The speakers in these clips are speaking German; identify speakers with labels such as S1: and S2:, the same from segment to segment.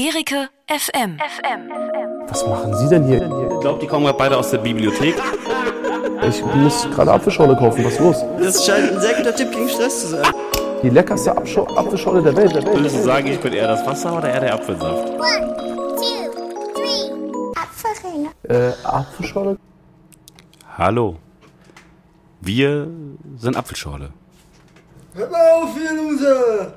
S1: Gericke FM.
S2: Was machen Sie denn hier?
S3: Ich glaube, die kommen gerade beide aus der Bibliothek.
S2: Ich muss gerade Apfelschorle kaufen. Was ist los?
S4: Das scheint ein sehr guter Tipp gegen Stress zu sein.
S2: Die leckerste Apscho Apfelschorle der Welt. Der
S3: Würdest du
S2: Welt.
S3: sagen, ich bin eher das Wasser oder eher der Apfelsaft?
S5: One, two, three. Apfelringe.
S2: Äh, Apfelschorle?
S3: Hallo. Wir sind Apfelschorle.
S4: Hör auf, ihr Loser!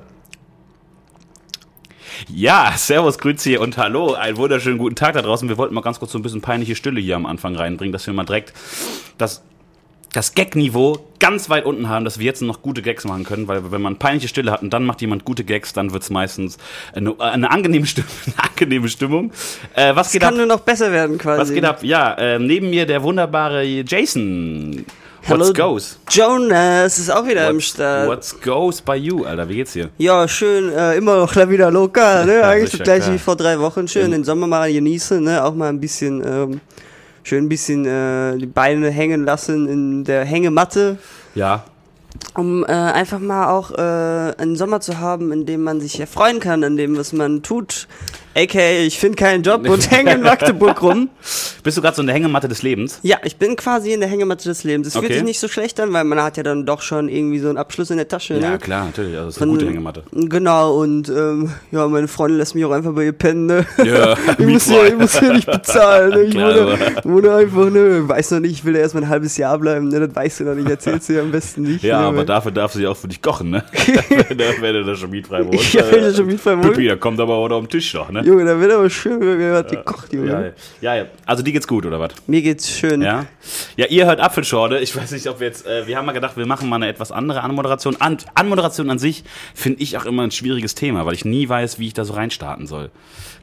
S3: Ja, servus, grüezi und hallo. Einen wunderschönen guten Tag da draußen. Wir wollten mal ganz kurz so ein bisschen peinliche Stille hier am Anfang reinbringen, dass wir mal direkt das, das Gag-Niveau ganz weit unten haben, dass wir jetzt noch gute Gags machen können, weil wenn man peinliche Stille hat und dann macht jemand gute Gags, dann wird's meistens eine, eine, angenehme, Stimmung, eine angenehme Stimmung. Äh, was
S4: Es
S3: geht
S4: kann
S3: ab?
S4: nur noch besser werden quasi.
S3: Was geht ab? Ja, äh, neben mir der wunderbare Jason. What's goes?
S4: Jonas ist auch wieder im
S3: What's,
S4: Start.
S3: what's goes by you, Alter? Wie geht's dir?
S4: Ja, schön, äh, immer noch La Vida Loca, ne?
S3: Ja,
S4: Eigentlich
S3: sicher,
S4: so gleich
S3: klar.
S4: wie vor drei Wochen. Schön den Sommer mal genießen, ne? Auch mal ein bisschen, ähm, schön ein bisschen äh, die Beine hängen lassen in der Hängematte.
S3: Ja.
S4: Um äh, einfach mal auch äh, einen Sommer zu haben, in dem man sich erfreuen kann, an dem, was man tut. A.k.a. ich finde keinen Job und hänge in Magdeburg rum.
S3: Bist du gerade so in der Hängematte des Lebens?
S4: Ja, ich bin quasi in der Hängematte des Lebens. Es
S3: Okay.
S4: fühlt sich nicht so schlecht an, weil man hat ja dann doch schon irgendwie so einen Abschluss in der Tasche. ne?
S3: Ja, klar, natürlich. Also, das ist eine gute Hängematte.
S4: Genau, und ähm, ja, meine Freundin lässt mich auch einfach bei ihr pennen. Ne?
S3: Ja,
S4: ich, muss ja, ich muss ja nicht bezahlen. Ne? Ich
S3: Klar,
S4: wohne, wohne einfach, ne? weiß noch nicht, ich will ja erst mal ein halbes Jahr bleiben. Ne? Das weißt du noch nicht, erzählst du ja am besten nicht.
S3: Ja,
S4: ne?
S3: aber dafür darfst du ja auch für dich kochen, ne? wenn, du- wenn du da schon mietfrei wohnst.
S4: Ja, wenn du schon mietfrei wohnst.
S3: Pippi, da kommt aber auch noch am Tisch noch, ne?
S4: Junge, da wird aber schön, wenn mir was gekocht, Junge.
S3: Äh, Ja, ja, ja. Also, die geht's gut, oder was?
S4: Mir geht's schön.
S3: Ja. Ja, ihr hört Apfelschorle. Ich weiß nicht, ob wir jetzt. Äh, wir haben mal gedacht, wir machen mal eine etwas andere Anmoderation. An Anmoderation an sich finde ich auch immer ein schwieriges Thema, weil ich nie weiß, wie ich da so reinstarten soll.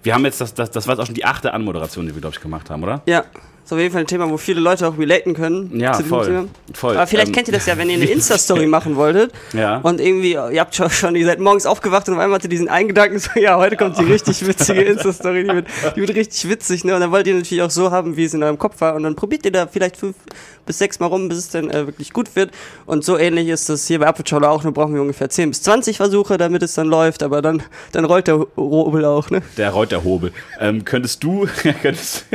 S3: Wir haben jetzt das, das, das war jetzt auch schon die achte Anmoderation, die wir, glaube ich, gemacht haben, oder?
S4: Ja, ist auf jeden Fall ein Thema, wo viele Leute auch relaten können.
S3: Ja,
S4: zu diesem
S3: voll,
S4: Thema.
S3: voll.
S4: Aber vielleicht
S3: Ähm,
S4: kennt ihr das ja, wenn ihr eine Insta-Story machen wolltet.
S3: Ja.
S4: Und irgendwie, ihr habt schon, schon, ihr seid morgens aufgewacht und auf einmal hatte diesen einen Gedanken, so, ja, heute kommt die richtig witzige Insta-Story, die wird, die wird richtig witzig, ne? Und dann wollt ihr natürlich auch so haben, wie es in eurem Kopf war. Und dann probiert ihr da vielleicht fünf bis sechs Mal rum, bis es dann äh, wirklich gut wird. Und so ähnlich ist das hier bei Apfelschorle auch, nur brauchen wir ungefähr 10 bis 20 Versuche, damit es dann läuft. Aber dann, dann rollt der Robel auch, ne?
S3: Der Reuterhobel. Ähm, könntest du. könntest,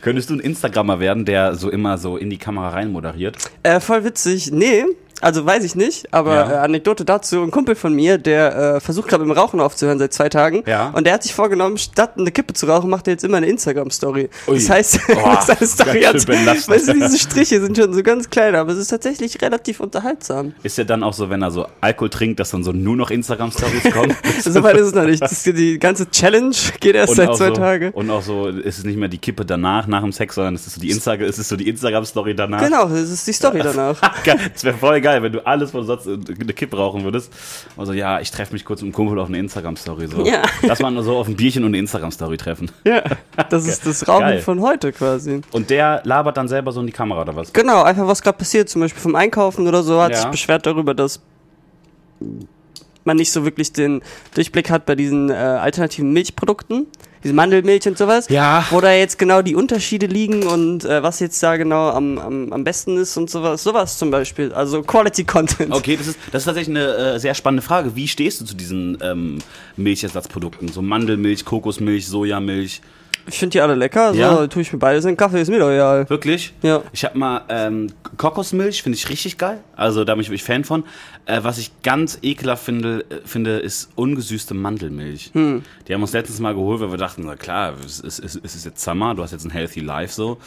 S3: könntest du ein Instagrammer werden, der so immer so in die Kamera rein moderiert?
S4: Äh, voll witzig. Nee, also weiß ich nicht, aber
S3: Ja.
S4: äh, Anekdote dazu. Ein Kumpel von mir, der äh, versucht hat, mit dem Rauchen aufzuhören seit zwei Tagen.
S3: Ja.
S4: Und der hat sich vorgenommen, statt eine Kippe zu rauchen, macht er jetzt immer eine Instagram-Story.
S3: Ui.
S4: Das heißt,
S3: Boah,
S4: seine Story
S3: ganz
S4: hat,
S3: schön belastend.
S4: weißt du, diese Striche sind schon so ganz klein, aber es ist tatsächlich relativ unterhaltsam.
S3: Ist ja dann auch so, wenn er so Alkohol trinkt, dass dann so nur noch Instagram-Stories kommen?
S4: Soweit ist Also, es noch nicht. Das ist, die ganze Challenge geht erst seit
S3: auch
S4: zwei
S3: so,
S4: Tagen.
S3: Und auch so, es ist nicht mehr die Kippe danach, nach dem Sex, sondern es ist so die, Insta es ist so die Instagram-Story danach.
S4: Genau, das ist die Story danach.
S3: Es wäre voll geil, wenn du alles, was du sonst eine Kippe rauchen würdest. Also ja, ich treffe mich kurz mit einem Kumpel auf eine Instagram-Story. So.
S4: Ja.
S3: Lass mal nur so auf ein Bierchen und eine Instagram-Story treffen.
S4: Ja. Das ist das Rauchen
S3: Geil.
S4: von heute quasi.
S3: Und der labert dann selber so in die Kamera oder was?
S4: Genau, einfach was gerade passiert, zum Beispiel vom Einkaufen oder so, hat
S3: Ja.
S4: sich beschwert darüber, dass man nicht so wirklich den Durchblick hat bei diesen äh, alternativen Milchprodukten, diese Mandelmilch und sowas,
S3: Ja.
S4: wo da jetzt genau die Unterschiede liegen und äh, was jetzt da genau am, am, am besten ist und sowas, sowas zum Beispiel, also Quality Content.
S3: Okay, das ist, das ist tatsächlich eine äh, sehr spannende Frage. Wie stehst du zu diesen ähm, Milchersatzprodukten? So Mandelmilch, Kokosmilch, Sojamilch.
S4: Ich finde die alle lecker, so
S3: Ja.
S4: tue ich mir beides in den Kaffee, ist mir doch egal.
S3: Wirklich?
S4: Ja.
S3: Ich habe mal ähm, Kokosmilch, finde ich richtig geil. Also da bin ich wirklich Fan von. Äh, was ich ganz ekelhaft finde, äh, finde ist ungesüßte Mandelmilch.
S4: Hm.
S3: Die haben uns letztens mal geholt, weil wir dachten, na klar, es ist, es ist, es ist jetzt Summer, du hast jetzt ein healthy life so.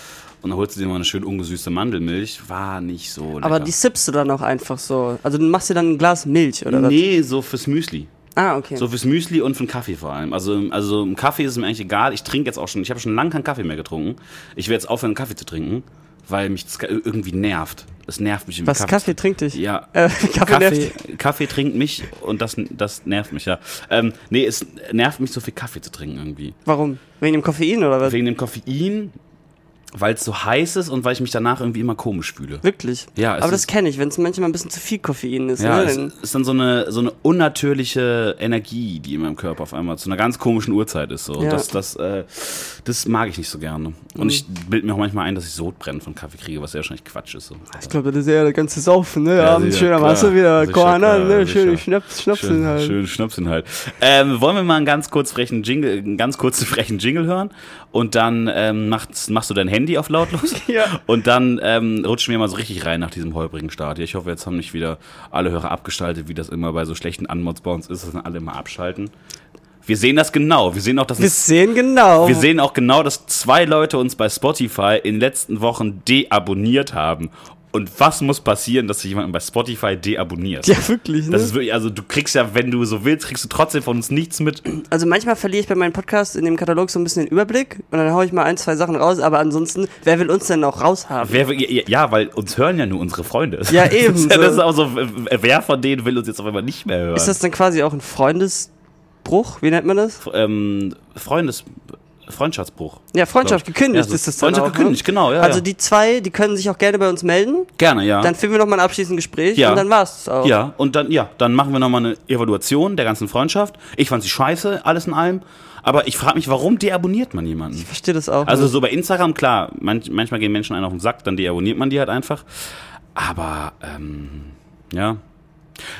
S3: Und dann holst du dir mal eine schön ungesüßte Mandelmilch. War nicht so lecker.
S4: Aber die sippst du dann auch einfach so. Also du machst dir dann ein Glas Milch oder
S3: Nee, so fürs Müsli.
S4: was? Ah, okay.
S3: So fürs Müsli und für den Kaffee vor allem. Also, also im Kaffee ist es mir eigentlich egal. Ich trinke jetzt auch schon, ich habe schon lange keinen Kaffee mehr getrunken. Ich werde jetzt aufhören, Kaffee zu trinken, weil mich das irgendwie nervt. Es nervt mich im
S4: was, Kaffee trinkt dich?
S3: Ja.
S4: Äh, Kaffee nervt
S3: Kaffee,
S4: dich.
S3: Kaffee trinkt mich und das, das nervt mich, ja. Ähm, nee, es nervt mich, so viel Kaffee zu trinken irgendwie.
S4: Warum? Wegen dem Koffein oder was?
S3: Wegen dem Koffein weil es so heiß ist und weil ich mich danach irgendwie immer komisch fühle.
S4: Wirklich.
S3: Ja, es
S4: Aber das
S3: ist-
S4: kenne ich, wenn es manchmal ein bisschen zu viel Koffein ist.
S3: Ja,
S4: ne?
S3: es
S4: dann,
S3: ist dann so eine, so eine unnatürliche Energie, die in meinem Körper auf einmal zu einer ganz komischen Uhrzeit ist. So.
S4: Ja. Mhm.
S3: Das, das, äh, das mag ich nicht so gerne. Und ich bilde mir auch manchmal ein, dass ich Sodbrennen von Kaffee kriege, was ja wahrscheinlich Quatsch ist. So.
S4: ich glaube, das ist ja das ganze Saufen, ne?
S3: Ja,
S4: Abends
S3: sicher,
S4: schön am
S3: klar.
S4: Wasser wieder,
S3: Sicher,
S4: Korner,
S3: klar,
S4: ne? Schöne
S3: sicher.
S4: Schnaps, Schnapsen
S3: schön,
S4: halt.
S3: Schön Schnapsinhalt. Ähm, wollen wir mal einen ganz kurz frechen Jingle, einen ganz kurzen frechen Jingle hören und dann ähm, macht's, machst du dein Handy auf lautlos
S4: Ja.
S3: und dann ähm, rutschen wir mal so richtig rein nach diesem holprigen Start. hier. Ich hoffe, jetzt haben nicht wieder alle Hörer abgeschaltet, wie das immer bei so schlechten Anmods bei uns ist, dass dann alle immer abschalten. Wir sehen das genau. Wir sehen auch, dass
S4: Wir sehen genau.
S3: wir sehen auch genau, dass zwei Leute uns bei Spotify in den letzten Wochen deabonniert haben. Und was muss passieren, dass sich jemand bei Spotify deabonniert?
S4: ja, wirklich, ne?
S3: Das ist wirklich, also du kriegst ja, wenn du so willst, kriegst du trotzdem von uns nichts mit.
S4: Also manchmal verliere ich bei meinem Podcast in dem Katalog so ein bisschen den Überblick und dann haue ich mal ein, zwei Sachen raus, aber ansonsten, wer will uns denn noch raushaben?
S3: Wer, ja, weil uns hören ja nur unsere Freunde.
S4: Ja,
S3: Das ist
S4: eben,
S3: ja- Das ist
S4: so.
S3: auch so, wer von denen will uns jetzt auf einmal nicht mehr hören?
S4: Ist das dann quasi auch ein Freundesbruch? Wie nennt man das?
S3: ähm, Freundes, Freundschaftsbruch.
S4: Ja, Freundschaft
S3: Glaub ich.
S4: gekündigt
S3: Ja, so
S4: ist das dann
S3: Freundschaft
S4: auch,
S3: gekündigt,
S4: ne?
S3: genau, ja,
S4: Also
S3: ja.
S4: die zwei, die können sich auch gerne bei uns melden.
S3: Gerne, ja.
S4: Dann führen wir nochmal ein abschließendes Gespräch
S3: Ja.
S4: und dann war's das auch.
S3: Ja, und dann, ja, dann machen wir nochmal eine Evaluation der ganzen Freundschaft. Ich fand sie scheiße, alles in allem. Aber ich frage mich, warum deabonniert man jemanden?
S4: Ich verstehe das auch. ne?
S3: Also
S4: nicht.
S3: so bei Instagram, klar, manch, manchmal gehen Menschen einen auf den Sack, dann deabonniert man die halt einfach. Aber, ähm, ja.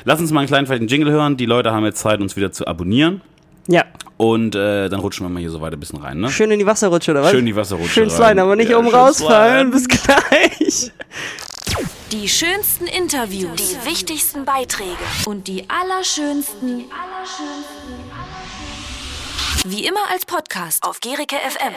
S3: Lass uns mal einen kleinen vielleicht einen Jingle hören. Die Leute haben jetzt Zeit, uns wieder zu abonnieren.
S4: ja.
S3: Und äh, dann rutschen wir mal hier so weiter ein bisschen rein, ne?
S4: Schön in die Wasserrutsche, oder was?
S3: Schön die Wasserrutsche
S4: Schön
S3: rein.
S4: sliden, aber nicht
S3: Ja,
S4: oben
S3: schön
S4: rausfallen.
S3: sliden.
S4: Bis gleich.
S1: Die schönsten Interviews, die wichtigsten Beiträge und die allerschönsten. Wie immer als Podcast auf Gericke FM.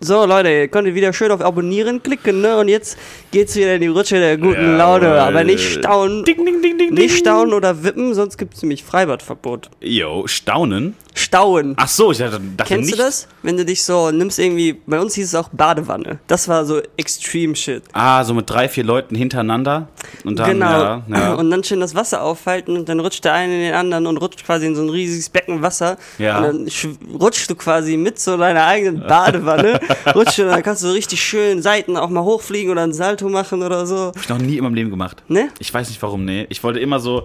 S4: So, Leute, ihr konntet wieder schön auf Abonnieren klicken, ne? Und jetzt geht's wieder in die Rutsche der guten
S3: Jawohl.
S4: Laune. Aber nicht staunen.
S3: Ding, ding, ding, ding,
S4: Nicht
S3: ding.
S4: staunen oder wippen, sonst gibt's nämlich Freibadverbot.
S3: Jo, staunen.
S4: Stauen.
S3: Ach so, ich dachte, dachte
S4: Kennst
S3: nicht.
S4: du das? Wenn du dich so nimmst irgendwie, bei uns hieß es auch Badewanne. Das war so extreme shit.
S3: Ah, so mit drei, vier Leuten hintereinander. Und dann,
S4: genau.
S3: ja, ja.
S4: Und dann schön das Wasser aufhalten und dann rutscht der eine in den anderen und rutscht quasi in so ein riesiges Becken Wasser.
S3: Ja.
S4: Und dann sch- rutschst du quasi mit so deiner eigenen Badewanne. rutscht und dann kannst du richtig schön Seiten auch mal hochfliegen oder einen Salto machen oder so.
S3: Hab ich noch nie in meinem Leben gemacht.
S4: Ne?
S3: Ich weiß nicht warum, nee. Ich wollte immer so.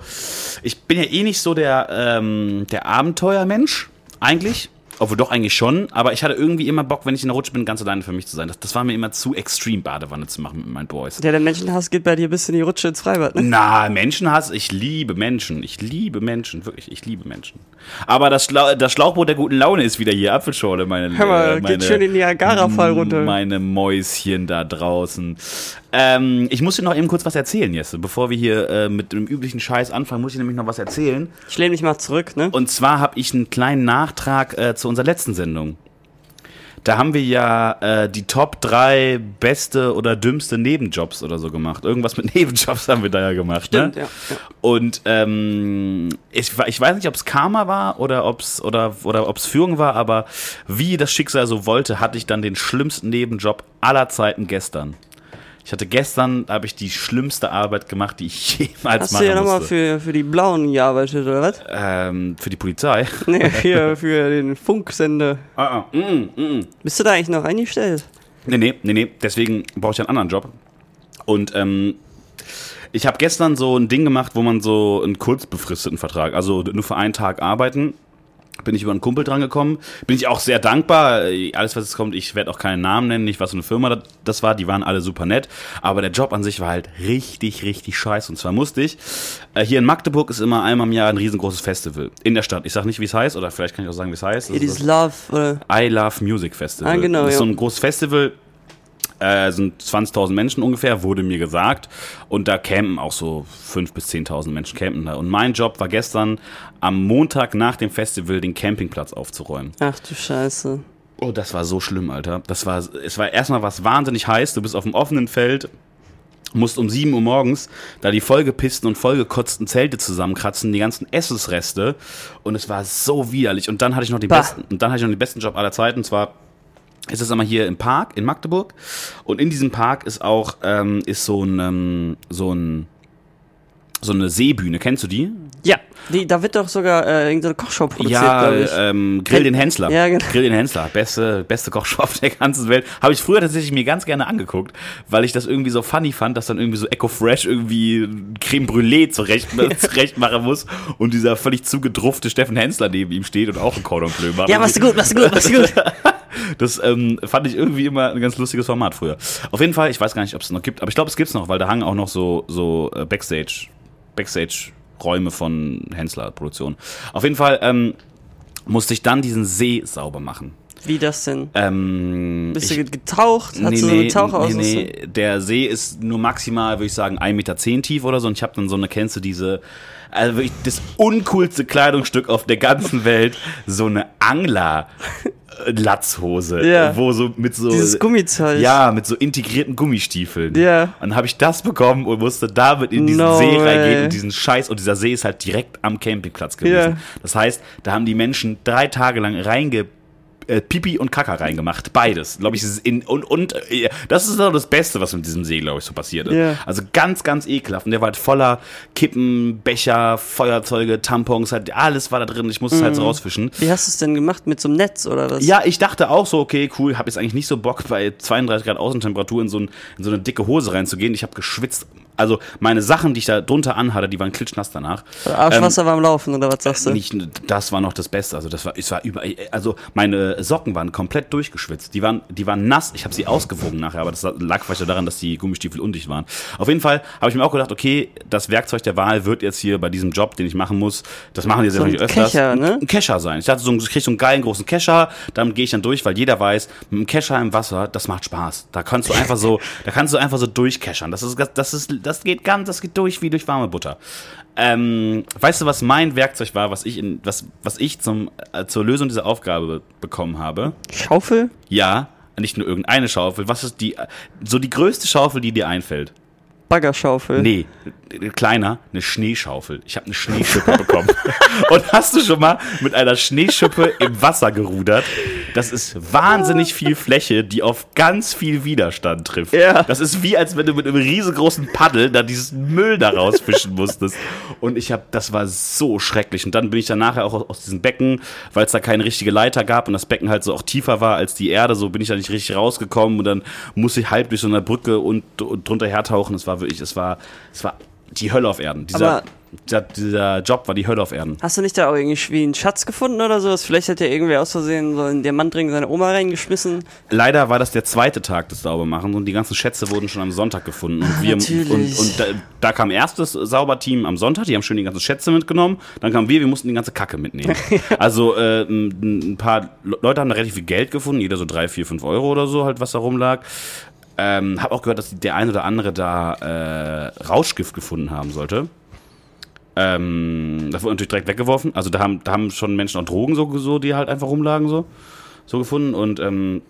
S3: Ich bin ja eh nicht so der, ähm, der Abenteuermensch, eigentlich. Obwohl doch eigentlich schon, aber ich hatte irgendwie immer Bock, wenn ich in der Rutsche bin, ganz alleine für mich zu sein. Das, das war mir immer zu extrem, Badewanne zu machen mit meinen Boys.
S4: Ja, der Menschenhass geht bei dir bis in die Rutsche ins Freibad, ne?
S3: Na, Menschenhass, ich liebe Menschen. Ich liebe Menschen, wirklich, ich liebe Menschen. Aber das, Schlau das Schlauchboot der guten Laune ist wieder hier, Apfelschorle, meine
S4: Hör mal,
S3: äh,
S4: geht
S3: meine,
S4: schön in den Niagarafall runter.
S3: Meine Mäuschen da draußen. Ähm, ich muss dir noch eben kurz was erzählen, Jesse. Bevor wir hier äh, mit dem üblichen Scheiß anfangen, muss ich nämlich noch was erzählen.
S4: Ich lehne mich mal zurück, ne?
S3: Und zwar habe ich einen kleinen Nachtrag äh, zu unserer letzten Sendung. Da haben wir ja äh, die Top 3 beste oder dümmste Nebenjobs oder so gemacht. Irgendwas mit Nebenjobs haben wir da ja gemacht.
S4: Stimmt,
S3: ne?
S4: ja, ja.
S3: Und ähm, ich, wa- ich weiß nicht, ob es Karma war oder ob es oder, oder ob's Führung war, aber wie das Schicksal so wollte, hatte ich dann den schlimmsten Nebenjob aller Zeiten gestern. Ich hatte gestern, habe ich die schlimmste Arbeit gemacht, die ich jemals
S4: Hast
S3: machen
S4: du ja nochmal
S3: musste. Für,
S4: für, für die Blauen gearbeitet, oder was?
S3: ähm, für die Polizei.
S4: Nee, hier für den Funksender.
S3: Ah, ah, mm, mm, mm.
S4: Bist du da eigentlich noch eingestellt?
S3: Nee, nee, nee, nee. Deswegen brauche ich einen anderen Job. Und ähm, ich habe gestern so ein Ding gemacht, wo man so einen kurzbefristeten Vertrag, also nur für einen Tag arbeiten, bin ich über einen Kumpel dran gekommen. Bin ich auch sehr dankbar. Äh, Alles, was jetzt kommt, ich werde auch keinen Namen nennen, nicht was für eine Firma das- das war. Die waren alle super nett. Aber der Job an sich war halt richtig, richtig scheiße. Und zwar musste ich. äh, Hier in Magdeburg ist immer einmal im Jahr ein riesengroßes Festival in der Stadt. Ich sag nicht, wie es heißt, oder vielleicht kann ich auch sagen, wie es heißt.
S4: It
S3: Das
S4: is
S3: ist-
S4: love, oder?
S3: I Love Music Festival.
S4: Ah, genau,
S3: das ist so
S4: ja.
S3: ein großes Festival. Äh, sind 20.000 Menschen ungefähr, wurde mir gesagt. Und da campen auch so 5.000 bis 10.000 Menschen campen da. Und mein Job war gestern, am Montag nach dem Festival den Campingplatz aufzuräumen.
S4: Ach du Scheiße.
S3: Oh, das war so schlimm, Alter. Das war, es war erstmal was wahnsinnig heiß. Du bist auf dem offenen Feld, musst um 7 Uhr morgens da die vollgepissten und vollgekotzten Zelte zusammenkratzen, die ganzen Essensreste. Und es war so widerlich. Und dann hatte ich noch den
S4: Bah.
S3: besten, und dann hatte ich noch den besten Job aller Zeiten. Und zwar ist das einmal hier im Park in Magdeburg. Und in diesem Park ist auch, ähm, ist so ein, ähm, so ein, so eine Seebühne. Kennst du die?
S4: Ja, die, da wird doch sogar äh, irgendeine Kochshow produziert,
S3: Ja,
S4: glaube ich.
S3: ähm, Grill den Hensler.
S4: Ja, genau.
S3: Grill den Hensler, beste, beste Kochshow auf der ganzen Welt. Habe ich früher tatsächlich mir ganz gerne angeguckt, weil ich das irgendwie so funny fand, dass dann irgendwie so Echo Fresh irgendwie Creme Brûlée zurecht, zurecht machen muss und dieser völlig zugedruffte Steffen Hensler neben ihm steht und auch ein Cordon Bleu macht.
S4: ja, machst du gut, machst du gut, machst du gut.
S3: Das ähm, fand ich irgendwie immer ein ganz lustiges Format früher. Auf jeden Fall, ich weiß gar nicht, ob es noch gibt, aber ich glaube, es gibt's noch, weil da hangen auch noch so, so äh, Backstage, Backstage Räume von Hensler Produktion. Auf jeden Fall ähm, musste ich dann diesen See sauber machen.
S4: Wie das denn?
S3: Ähm,
S4: Bist
S3: ich-
S4: du getaucht? Hast du so eine Taucherausrüstung?
S3: Der See ist nur maximal, würde ich sagen, 1,10 Meter tief oder so. Und ich habe dann so eine, kennst du diese, also wirklich das uncoolste Kleidungsstück auf der ganzen Welt, so eine Angler-Latzhose.
S4: Ja.
S3: Wo so mit so.
S4: Dieses Gummizeug.
S3: Ja, mit so integrierten Gummistiefeln.
S4: Ja.
S3: Und dann habe ich das bekommen und musste damit in diesen
S4: No
S3: See
S4: way.
S3: reingehen und diesen Scheiß. Und dieser See ist halt direkt am Campingplatz gewesen.
S4: Ja.
S3: Das heißt, da haben die Menschen drei Tage lang reinge äh, Pipi und Kaka reingemacht. Beides. Glaube ich, es ist in, und, und äh, das ist doch das Beste, was mit diesem See, glaube ich, so passiert ist.
S4: Ja.
S3: Also ganz, ganz ekelhaft. Und der war halt voller Kippen, Becher, Feuerzeuge, Tampons, halt alles war da drin. Ich musste es halt so rausfischen.
S4: Wie hast du es denn gemacht? Mit so einem Netz oder was?
S3: Ja, ich dachte auch so, okay, cool, habe jetzt eigentlich nicht so Bock, bei 32 Grad Außentemperatur in so, ein, in so eine dicke Hose reinzugehen. Ich habe geschwitzt. Also meine Sachen, die ich da drunter anhatte, die waren klitschnass danach.
S4: Äh, Arschwasser war am Laufen oder was sagst du?
S3: ähm, Nicht, das war noch das Beste. Also das war, es war über, also meine Socken waren komplett durchgeschwitzt. Die waren, die waren nass. Ich habe sie ausgewogen nachher, aber das lag vielleicht daran, dass die Gummistiefel undicht waren. Auf jeden Fall habe ich mir auch gedacht, okay, das Werkzeug der Wahl wird jetzt hier bei diesem Job, den ich machen muss, das machen die jetzt
S4: So ein
S3: natürlich öfters.
S4: Kescher, ne?
S3: Ein Kescher sein. Ich dachte, so, ich krieg so einen geilen großen Kescher, damit gehe ich dann durch, weil jeder weiß, mit einem Kescher im Wasser, das macht Spaß. Da kannst du einfach so, da kannst du einfach so durchkeschern. Das ist, das ist, das geht ganz, das geht durch wie durch warme Butter. Ähm, weißt du, was mein Werkzeug war, was ich in, was, was ich zum, äh, zur Lösung dieser Aufgabe bekommen habe?
S4: Schaufel?
S3: Ja, nicht nur irgendeine Schaufel. Was ist die, äh, so die größte Schaufel, die dir einfällt?
S4: Baggerschaufel?
S3: Nee, äh, kleiner, eine Schneeschaufel. Ich habe eine Schneeschippe bekommen. Und hast du schon mal mit einer Schneeschippe im Wasser gerudert? Das ist wahnsinnig viel Fläche, die auf ganz viel Widerstand trifft.
S4: Ja.
S3: Das ist wie, als wenn du mit einem riesengroßen Paddel da diesen Müll da rausfischen musstest. Und ich habe, das war so schrecklich. Und dann bin ich dann nachher auch aus- aus diesem Becken, weil es da keine richtige Leiter gab und das Becken halt so auch tiefer war als die Erde, so bin ich da nicht richtig rausgekommen und dann musste ich halb durch so eine Brücke und, und drunter hertauchen. Es war wirklich, es war, es war die Hölle auf Erden. Dieser,
S4: Aber-
S3: dieser, dieser Job war die Hölle auf Erden.
S4: Hast du nicht da auch irgendwie einen Schatz gefunden oder sowas? Vielleicht hat ja irgendwer aus Versehen so einen Diamantring seiner Oma reingeschmissen.
S3: Leider war das der zweite Tag des Saubermachens und die ganzen Schätze wurden schon am Sonntag gefunden. Und, wir,
S4: natürlich.
S3: und, und da, da kam erst das Sauberteam am Sonntag, die haben schön die ganzen Schätze mitgenommen. Dann kamen wir, wir mussten die ganze Kacke mitnehmen. also äh, ein ein paar Le- Leute haben da relativ viel Geld gefunden, jeder so drei, vier, fünf Euro oder so, halt was da rumlag. Ähm, hab auch gehört, dass der ein oder andere da äh, Rauschgift gefunden haben sollte. Ähm, das wurde natürlich direkt weggeworfen. Also da haben, da haben schon Menschen auch Drogen so, so, die halt einfach rumlagen so, so gefunden. Und ähm,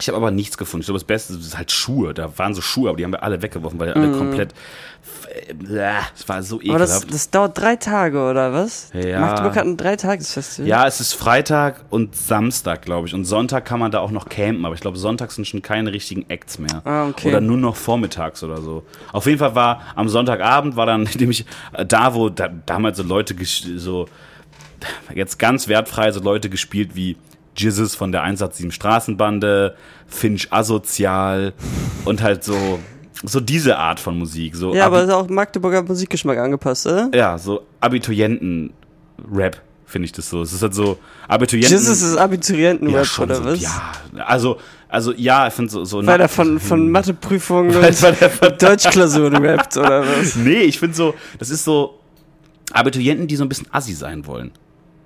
S3: ich habe aber nichts gefunden. Ich glaube, das Beste ist halt Schuhe. Da waren so Schuhe, aber die haben wir alle weggeworfen, weil alle komplett. Bäh, Es war so
S4: Mhm. Aber das,
S3: ekelhaft.
S4: das dauert drei Tage oder was?
S3: Ja.
S4: Magdeburg hat ein Dreitagesfestival.
S3: ja, es ist Freitag und Samstag, glaube ich. Und Sonntag kann man da auch noch campen, aber ich glaube, Sonntags sind schon keine richtigen Acts mehr.
S4: Ah, okay.
S3: Oder nur noch vormittags oder so. Auf jeden Fall war am Sonntagabend, war dann nämlich äh, da, wo da, damals so Leute gesch- so jetzt ganz wertfrei so Leute gespielt wie Jizzes von der 187 Straßenbande, Finch Asozial und halt so, so diese Art von Musik. So
S4: Ja, aber
S3: Abi- Ähm,
S4: ist auch Magdeburger Musikgeschmack angepasst, oder?
S3: ja, so Abiturienten-Rap, finde ich das so. Es ist halt so Abiturienten.
S4: Jesus ist
S3: ja,
S4: Abiturienten-Rap
S3: schon
S4: oder
S3: so,
S4: was?
S3: ja, also, also ja, ich finde so, so
S4: Weil er von, von Matheprüfungen
S3: Weil- weil er Hm. von-
S4: und Deutschklausuren rappt oder was?
S3: Nee, ich finde so, das ist so Abiturienten, die so ein bisschen assi sein wollen.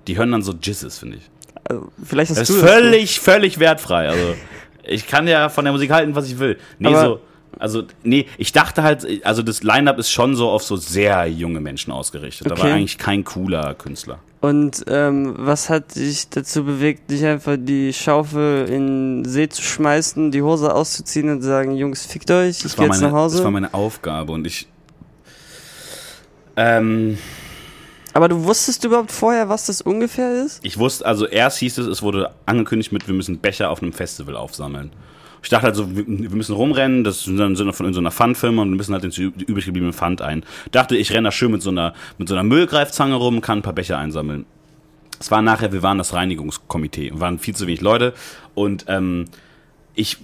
S3: Die hören dann so Jizzes, finde ich.
S4: Also, vielleicht hast
S3: Das
S4: du
S3: ist völlig, völlig wertfrei. Also, ich kann ja von der Musik halten, was ich will. Nee,
S4: Aber-
S3: so. Also, nee, ich dachte halt, also das Line-Up ist schon so auf so sehr junge Menschen ausgerichtet. Da war
S4: Okay.
S3: eigentlich kein cooler Künstler.
S4: Und ähm, was hat dich dazu bewegt, dich einfach die Schaufel in den See zu schmeißen, die Hose auszuziehen und zu sagen, Jungs, fickt euch, ich
S3: war
S4: gehe jetzt
S3: meine,
S4: nach Hause?
S3: Das war meine Aufgabe und ich. Ähm,
S4: Aber du wusstest überhaupt vorher, was das ungefähr ist?
S3: ich wusste, also erst hieß es, es wurde angekündigt mit, wir müssen Becher auf einem Festival aufsammeln. Ich dachte halt so, wir, wir müssen rumrennen, das sind dann Sinne von in so einer Pfandfirma und wir müssen halt den zu- übrig gebliebenen Pfand ein. Dachte, ich renne da schön mit so einer, mit so einer Müllgreifzange rum, kann ein paar Becher einsammeln. Es war nachher, wir waren das Reinigungskomitee, wir waren viel zu wenig Leute und ähm, ich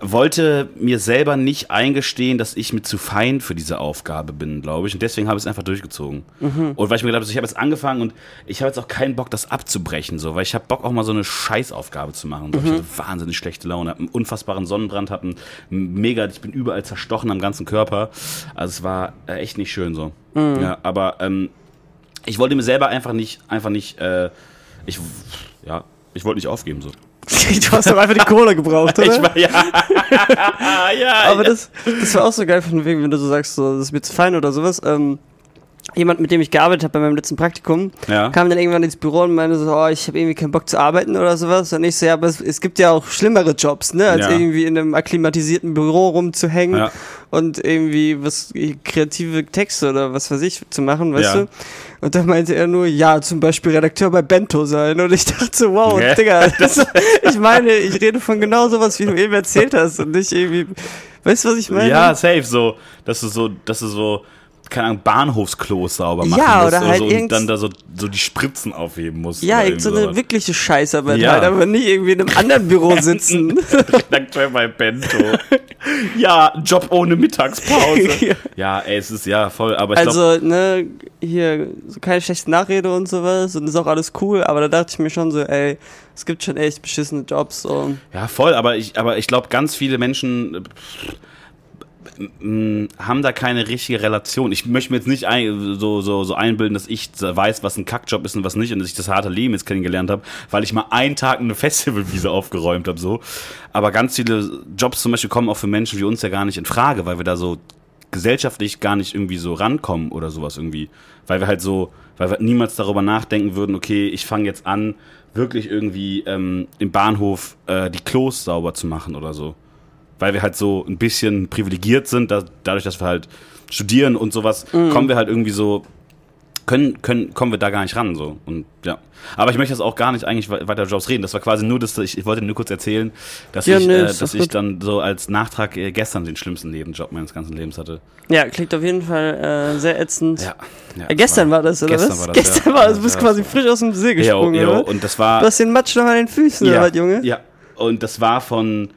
S3: wollte mir selber nicht eingestehen, dass ich mir zu fein für diese Aufgabe bin, glaube ich. Und deswegen habe ich es einfach durchgezogen. Und weil ich mir gedacht habe, ich habe jetzt angefangen und ich habe jetzt auch keinen Bock, das abzubrechen, so, weil ich habe Bock, auch mal so eine Scheißaufgabe zu machen. So, Ich hatte wahnsinnig schlechte Laune, habe einen unfassbaren Sonnenbrand, habe einen mega, ich bin überall zerstochen am ganzen Körper. Also es war äh, echt nicht schön so. Ja, aber ähm, ich wollte mir selber einfach nicht, einfach nicht, äh, ich, ja, ich wollte nicht aufgeben so.
S4: Du hast doch einfach die Cola gebraucht, oder?
S3: Ich war ja, ja,
S4: Aber das, das war auch so geil von wegen, wenn du so sagst, so, das ist mir zu fein oder sowas. Ähm, jemand, mit dem ich gearbeitet habe bei meinem letzten Praktikum,
S3: Ja.
S4: kam dann irgendwann ins Büro und meinte so, oh, ich habe irgendwie keinen Bock zu arbeiten oder sowas. Und ich so, ja, aber es, es gibt ja auch schlimmere Jobs, ne, als
S3: Ja.
S4: irgendwie in einem akklimatisierten Büro rumzuhängen
S3: Ja.
S4: und irgendwie was kreative Texte oder was weiß ich zu machen, weißt
S3: Ja.
S4: du? Und da meinte er nur, ja, zum Beispiel Redakteur bei Bento sein. Und ich dachte so, wow,
S3: Ja.
S4: Digga, das, ich meine, ich rede von genau sowas, wie du eben erzählt hast und nicht irgendwie, weißt du, was ich meine?
S3: Ja, safe, so, dass du so, dass du so, keine Ahnung, Bahnhofsklos sauber machen
S4: Ja,
S3: musst
S4: oder halt
S3: so, und
S4: irgend-
S3: dann da so, so die Spritzen aufheben musst.
S4: Ja,
S3: oder
S4: irgend so
S3: irgendwie
S4: eine
S3: sowas.
S4: wirkliche Scheißarbeit
S3: Ja.
S4: halt, aber nicht irgendwie in einem anderen Büro sitzen.
S3: Redakteur bei Bento. ja, Job ohne Mittagspause. ja, ey, es ist ja voll, aber ich glaube,
S4: also, ne, hier, so keine schlechte Nachrede und sowas und ist auch alles cool, aber da dachte ich mir schon so, ey, es gibt schon echt beschissene Jobs und
S3: ja, voll, aber ich, aber ich glaube, ganz viele Menschen äh, m- haben da keine richtige Relation. Ich möchte mir jetzt nicht ein, so, so, so einbilden, dass ich weiß, was ein Kackjob ist und was nicht und dass ich das harte Leben jetzt kennengelernt habe, weil ich mal einen Tag eine Festivalwiese aufgeräumt habe. So. Aber ganz viele Jobs zum Beispiel kommen auch für Menschen wie uns ja gar nicht in Frage, weil wir da so gesellschaftlich gar nicht irgendwie so rankommen oder sowas irgendwie. Weil wir halt so, weil wir niemals darüber nachdenken würden, okay, ich fange jetzt an, wirklich irgendwie ähm, im Bahnhof äh, die Klos sauber zu machen oder so weil wir halt so ein bisschen privilegiert sind, da, dadurch, dass wir halt studieren und sowas,
S4: Mhm.
S3: kommen wir halt irgendwie so, können, können, kommen wir da gar nicht ran, so. Und ja. Aber ich möchte jetzt auch gar nicht eigentlich we- weiter über Jobs reden. Das war quasi nur, dass ich, ich wollte nur kurz erzählen, dass
S4: Ja,
S3: ich,
S4: nee,
S3: äh,
S4: ist doch
S3: dass ich
S4: gut.
S3: dann so als Nachtrag äh, gestern den schlimmsten Nebenjob meines ganzen Lebens hatte.
S4: ja, klingt auf jeden Fall äh, sehr ätzend.
S3: Ja. ja
S4: Äh, gestern war das, oder
S3: gestern
S4: was?
S3: War das,
S4: gestern
S3: ja.
S4: war das, du bist
S3: Ja,
S4: quasi
S3: das
S4: frisch aus dem See
S3: war-
S4: gesprungen,
S3: Jo, jo,
S4: oder?
S3: und das war.
S4: Du hast den Matsch noch an den Füßen,
S3: ja,
S4: oder was, halt, Junge?
S3: Ja. Und das war von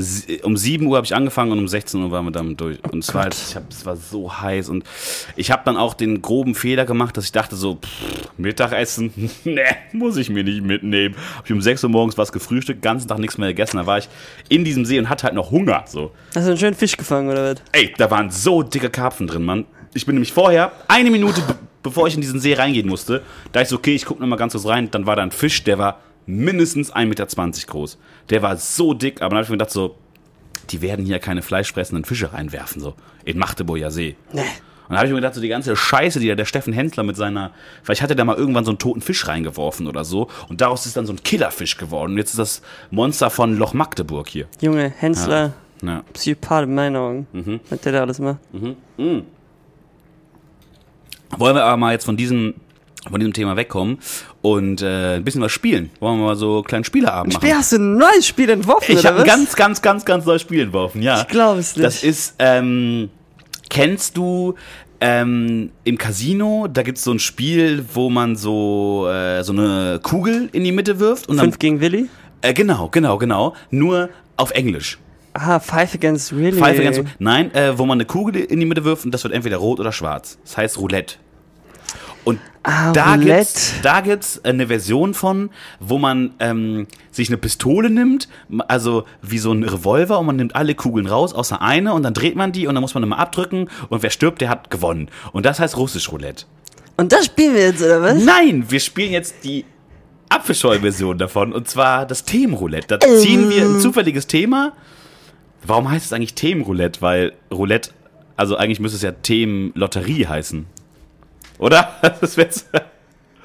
S3: sie- um 7 Uhr habe ich angefangen und um 16 Uhr waren wir damit durch. Und es war, halt- ich hab, es war so heiß und ich habe dann auch den groben Fehler gemacht, dass ich dachte so, pff, Mittagessen, ne, muss ich mir nicht mitnehmen. Hab ich um 6 Uhr morgens was gefrühstückt, ganzen Tag nichts mehr gegessen. Da war ich in diesem See und hatte halt noch Hunger, so.
S4: Hast du einen schönen Fisch gefangen, oder was?
S3: Ey, da waren so dicke Karpfen drin, Mann. Ich bin nämlich vorher, eine Minute be bevor ich in diesen See reingehen musste, da ich so, okay, ich guck noch mal ganz kurz rein, dann war da ein Fisch, der war mindestens 1,20 Meter groß. Der war so dick, aber dann habe ich mir gedacht so, die werden hier keine fleischfressenden Fische reinwerfen, so. In Magdeburger See. Und da habe ich mir gedacht, so die ganze Scheiße, die da der Steffen Hensler mit seiner, vielleicht hat er da mal irgendwann so einen toten Fisch reingeworfen oder so. Und daraus ist dann so ein Killerfisch geworden. Und jetzt ist das Monster von Loch Magdeburg hier.
S4: Junge, Hensler,
S3: Ja.
S4: Psychopath in meinen Augen,
S3: Mhm.
S4: was der da alles macht.
S3: Wollen wir aber mal jetzt von diesem, von diesem Thema wegkommen und äh, ein bisschen was spielen. Wollen wir mal so einen kleinen Spieleabend machen?
S4: Spiel, hast du ein neues Spiel entworfen,
S3: ich
S4: oder
S3: habe
S4: was?
S3: ein ganz, ganz, ganz, ganz neues Spiel entworfen, ja.
S4: Ich glaub es nicht.
S3: Das ist, ähm, kennst du ähm, im Casino, da gibt's so ein Spiel, wo man so, äh, so eine Kugel in die Mitte wirft und dann.
S4: Fünf gegen Willi?
S3: Äh, genau, genau, genau. Nur auf Englisch.
S4: Ah, Five Against Willy.
S3: Pfeife ganz. Nein, äh, wo man eine Kugel in die Mitte wirft und das wird entweder rot oder schwarz. Das heißt Roulette. Und da,
S4: Roulette.
S3: Gibt's, da gibt's äh, eine Version von, wo man ähm, sich eine Pistole nimmt, also wie so ein Revolver und man nimmt alle Kugeln raus, außer eine und dann dreht man die und dann muss man immer abdrücken und wer stirbt, der hat gewonnen. Und das heißt russisch Roulette.
S4: Und das spielen wir jetzt, oder was?
S3: Nein, wir spielen jetzt die Apfelscheu-Version davon und zwar das Themenroulette. Da ziehen wir
S4: Ähm.
S3: ein zufälliges Thema. Warum heißt es eigentlich Themenroulette? Weil Roulette, also eigentlich müsste es ja Themenlotterie heißen. Oder? Das wäre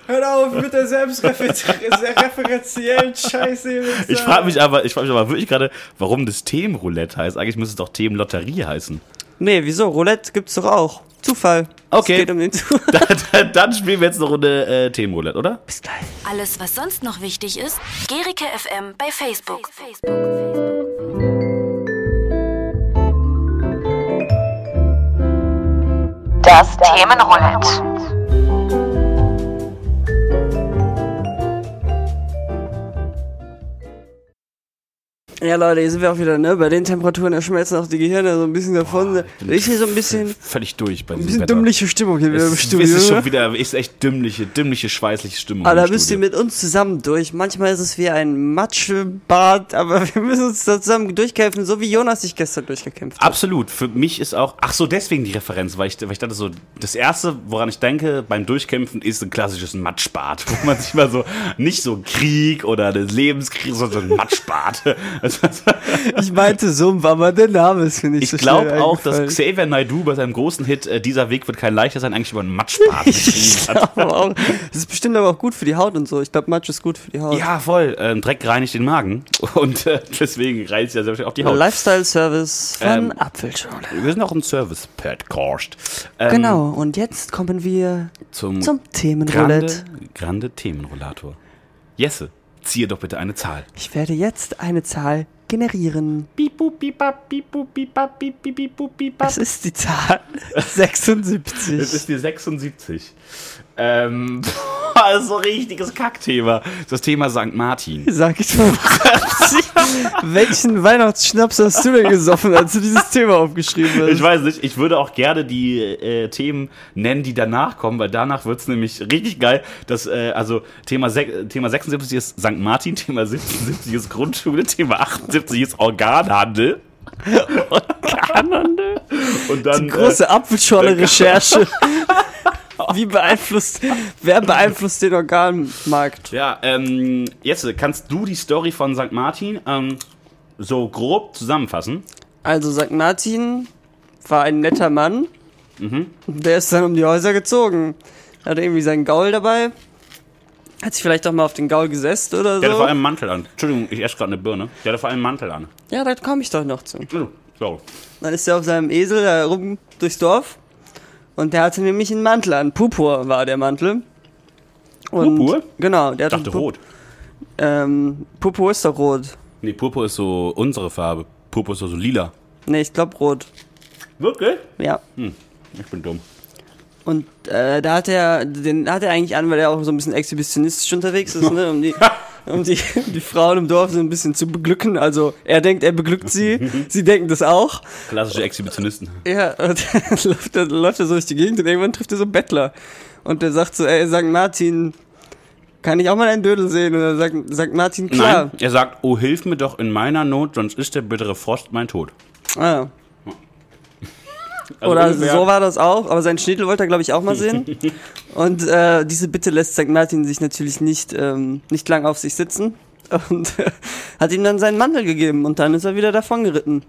S4: Hört auf mit der selbstreferenziellen Scheiße.
S3: Ich frage mich aber, ich frage mich aber wirklich gerade, warum das Themenroulette heißt. Eigentlich müsste es doch Themenlotterie heißen.
S4: Nee, wieso? Roulette gibt's doch auch. Zufall.
S3: Okay.
S4: Es geht um den Zufall.
S3: Dann, dann- dann spielen wir jetzt eine Runde äh, Themenroulette, oder?
S4: Bis gleich.
S1: Alles, was sonst noch wichtig ist, Gericke FM bei Facebook.
S6: Das Themenroulette.
S4: Ja, Leute, hier sind wir auch wieder, ne? Bei den Temperaturen, da schmelzen auch die Gehirne so ein bisschen davon. ich hier so ein bisschen,
S3: Völlig durch bei
S4: ein
S3: diesem
S4: bisschen
S3: Wetter.
S4: dümmliche Stimmung hier wieder im
S3: Es
S4: Studio.
S3: ist schon wieder, ist echt dümmliche, dümmliche, schweißliche Stimmung.
S4: aber da
S3: im
S4: müsst ihr
S3: Studio.
S4: mit uns zusammen durch. Manchmal ist es wie ein Matschebad, aber wir müssen uns da zusammen durchkämpfen, so wie Jonas sich gestern durchgekämpft hat.
S3: Absolut. Für mich ist auch, ach so, deswegen die Referenz, weil ich, weil ich dachte so, das erste, woran ich denke beim Durchkämpfen, ist ein klassisches Matschbad, wo man sich mal so, nicht so Krieg oder das Lebenskrieg, sondern so ein Matschbad. Also,
S4: Ich meinte Sumpf, aber der Name ist, finde ich,
S3: ich
S4: so
S3: glaube
S4: schnell
S3: auch, dass
S4: eingefallen.
S3: Xavier Naidoo bei seinem großen Hit äh, Dieser Weg wird kein leichter sein, eigentlich über einen Matschbad geschrieben
S4: Ich
S3: hat.
S4: glaube auch. Das ist bestimmt aber auch gut für die Haut und so. Ich glaube, Matsch ist gut für die Haut.
S3: Ja, voll. Ähm, Dreck reinigt den Magen und äh, deswegen reinigt ja selbst auch die Haut.
S4: Lifestyle-Service von
S3: Ähm,
S4: Apfelschorle.
S3: Wir sind auch im Service-Podcast. Ähm,
S4: Genau, und jetzt kommen wir
S3: Zum,
S4: zum Themenroulette.
S3: Grande, Grande Themenrollator. Jesse, ziehe doch bitte eine Zahl.
S4: Ich werde jetzt eine Zahl generieren. Es ist die Zahl 76.
S3: Es ist die 76. Ähm, das ist so ein richtiges Kackthema. Das ist Das Thema St. Martin.
S4: Sag ich mal. Welchen Weihnachtsschnaps hast du denn gesoffen, als du dieses Thema aufgeschrieben hast?
S3: Ich weiß nicht, ich würde auch gerne die äh, Themen nennen, die danach kommen, weil danach wird's nämlich richtig geil. Das, äh, also Thema, sech- Thema 76 ist St. Martin, Thema 77 ist Grundschule, Thema 78 ist Organhandel. Organhandel? Und dann.
S4: Die große Apfelschorle-Recherche. Wie beeinflusst, wer beeinflusst den Organmarkt?
S3: Äh, ja, ähm, jetzt kannst du die Story von St. Martin ähm, so grob zusammenfassen.
S4: Also St. Martin war ein netter Mann.
S3: Mhm.
S4: Der ist dann um die Häuser gezogen. Er hatte irgendwie seinen Gaul dabei. Hat sich vielleicht auch mal auf den Gaul gesetzt oder
S3: Der hatte vor
S4: so.
S3: allem einen Mantel an. Entschuldigung, ich esse gerade eine Birne. Der hatte vor allem einen Mantel an.
S4: Ja, da komme ich doch noch zu.
S3: Oh, So.
S4: Dann ist er auf seinem Esel da rum durchs Dorf. Und der hatte nämlich einen Mantel an. Purpur war der Mantel. Und
S3: Purpur?
S4: Genau, der
S3: Ich
S4: hatte
S3: dachte
S4: Pu-
S3: rot.
S4: Ähm, Purpur ist doch rot.
S3: Nee, Purpur ist so unsere Farbe. Purpur ist so, so lila.
S4: Nee, ich glaube rot.
S3: Wirklich?
S4: Ja.
S3: Ich bin dumm.
S4: Und äh, da hat er, den hat er eigentlich an, weil er auch so ein bisschen exhibitionistisch unterwegs ist, ne? um, die, um, die, um die Frauen im Dorf so ein bisschen zu beglücken. Also er denkt, er beglückt sie, sie denken das auch.
S3: Klassische Exhibitionisten.
S4: Ja, und dann läuft er, läuft er so durch die Gegend und irgendwann trifft er so einen Bettler. Und der sagt so, ey, St. Martin, kann ich auch mal einen Dödel sehen? Und er sagt, St. Martin, klar.
S3: Nein, er sagt, oh, hilf mir doch in meiner Not, sonst ist der bittere Frost mein Tod.
S4: Ah,
S3: Also
S4: oder
S3: ungefähr-
S4: so war das auch, aber seinen Schniedel wollte er, glaube ich, auch mal sehen. und äh, diese Bitte lässt St. Martin sich natürlich nicht, ähm, nicht lang auf sich sitzen und äh, hat ihm dann seinen Mantel gegeben und dann ist er wieder davon geritten.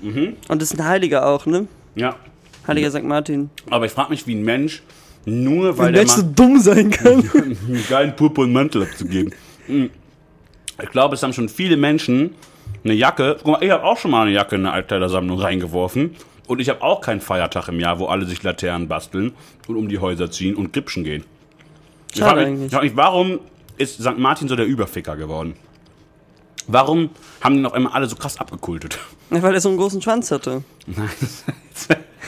S3: Mhm.
S4: Und ist ein Heiliger auch, ne?
S3: Ja,
S4: Heiliger St. Martin.
S3: aber ich frage mich, wie ein Mensch nur, Mhm. weil der
S4: Mensch so
S3: mal
S4: dumm sein kann.
S3: einen geilen purpurnen Mantel abzugeben. Hm. ich glaube, es haben schon viele Menschen eine Jacke. Guck mal, ich habe auch schon mal eine Jacke in eine Altkleidersammlung reingeworfen. Und ich habe auch keinen Feiertag im Jahr, wo alle sich Laternen basteln und um die Häuser ziehen und Gripschen gehen. Ich
S4: Schade
S3: frage mich,
S4: eigentlich.
S3: ich frag mich, warum ist St. Martin so der Überficker geworden? Warum haben die noch immer alle so krass abgekultet?
S4: Ja, weil er so einen großen Schwanz hatte.
S3: Nein.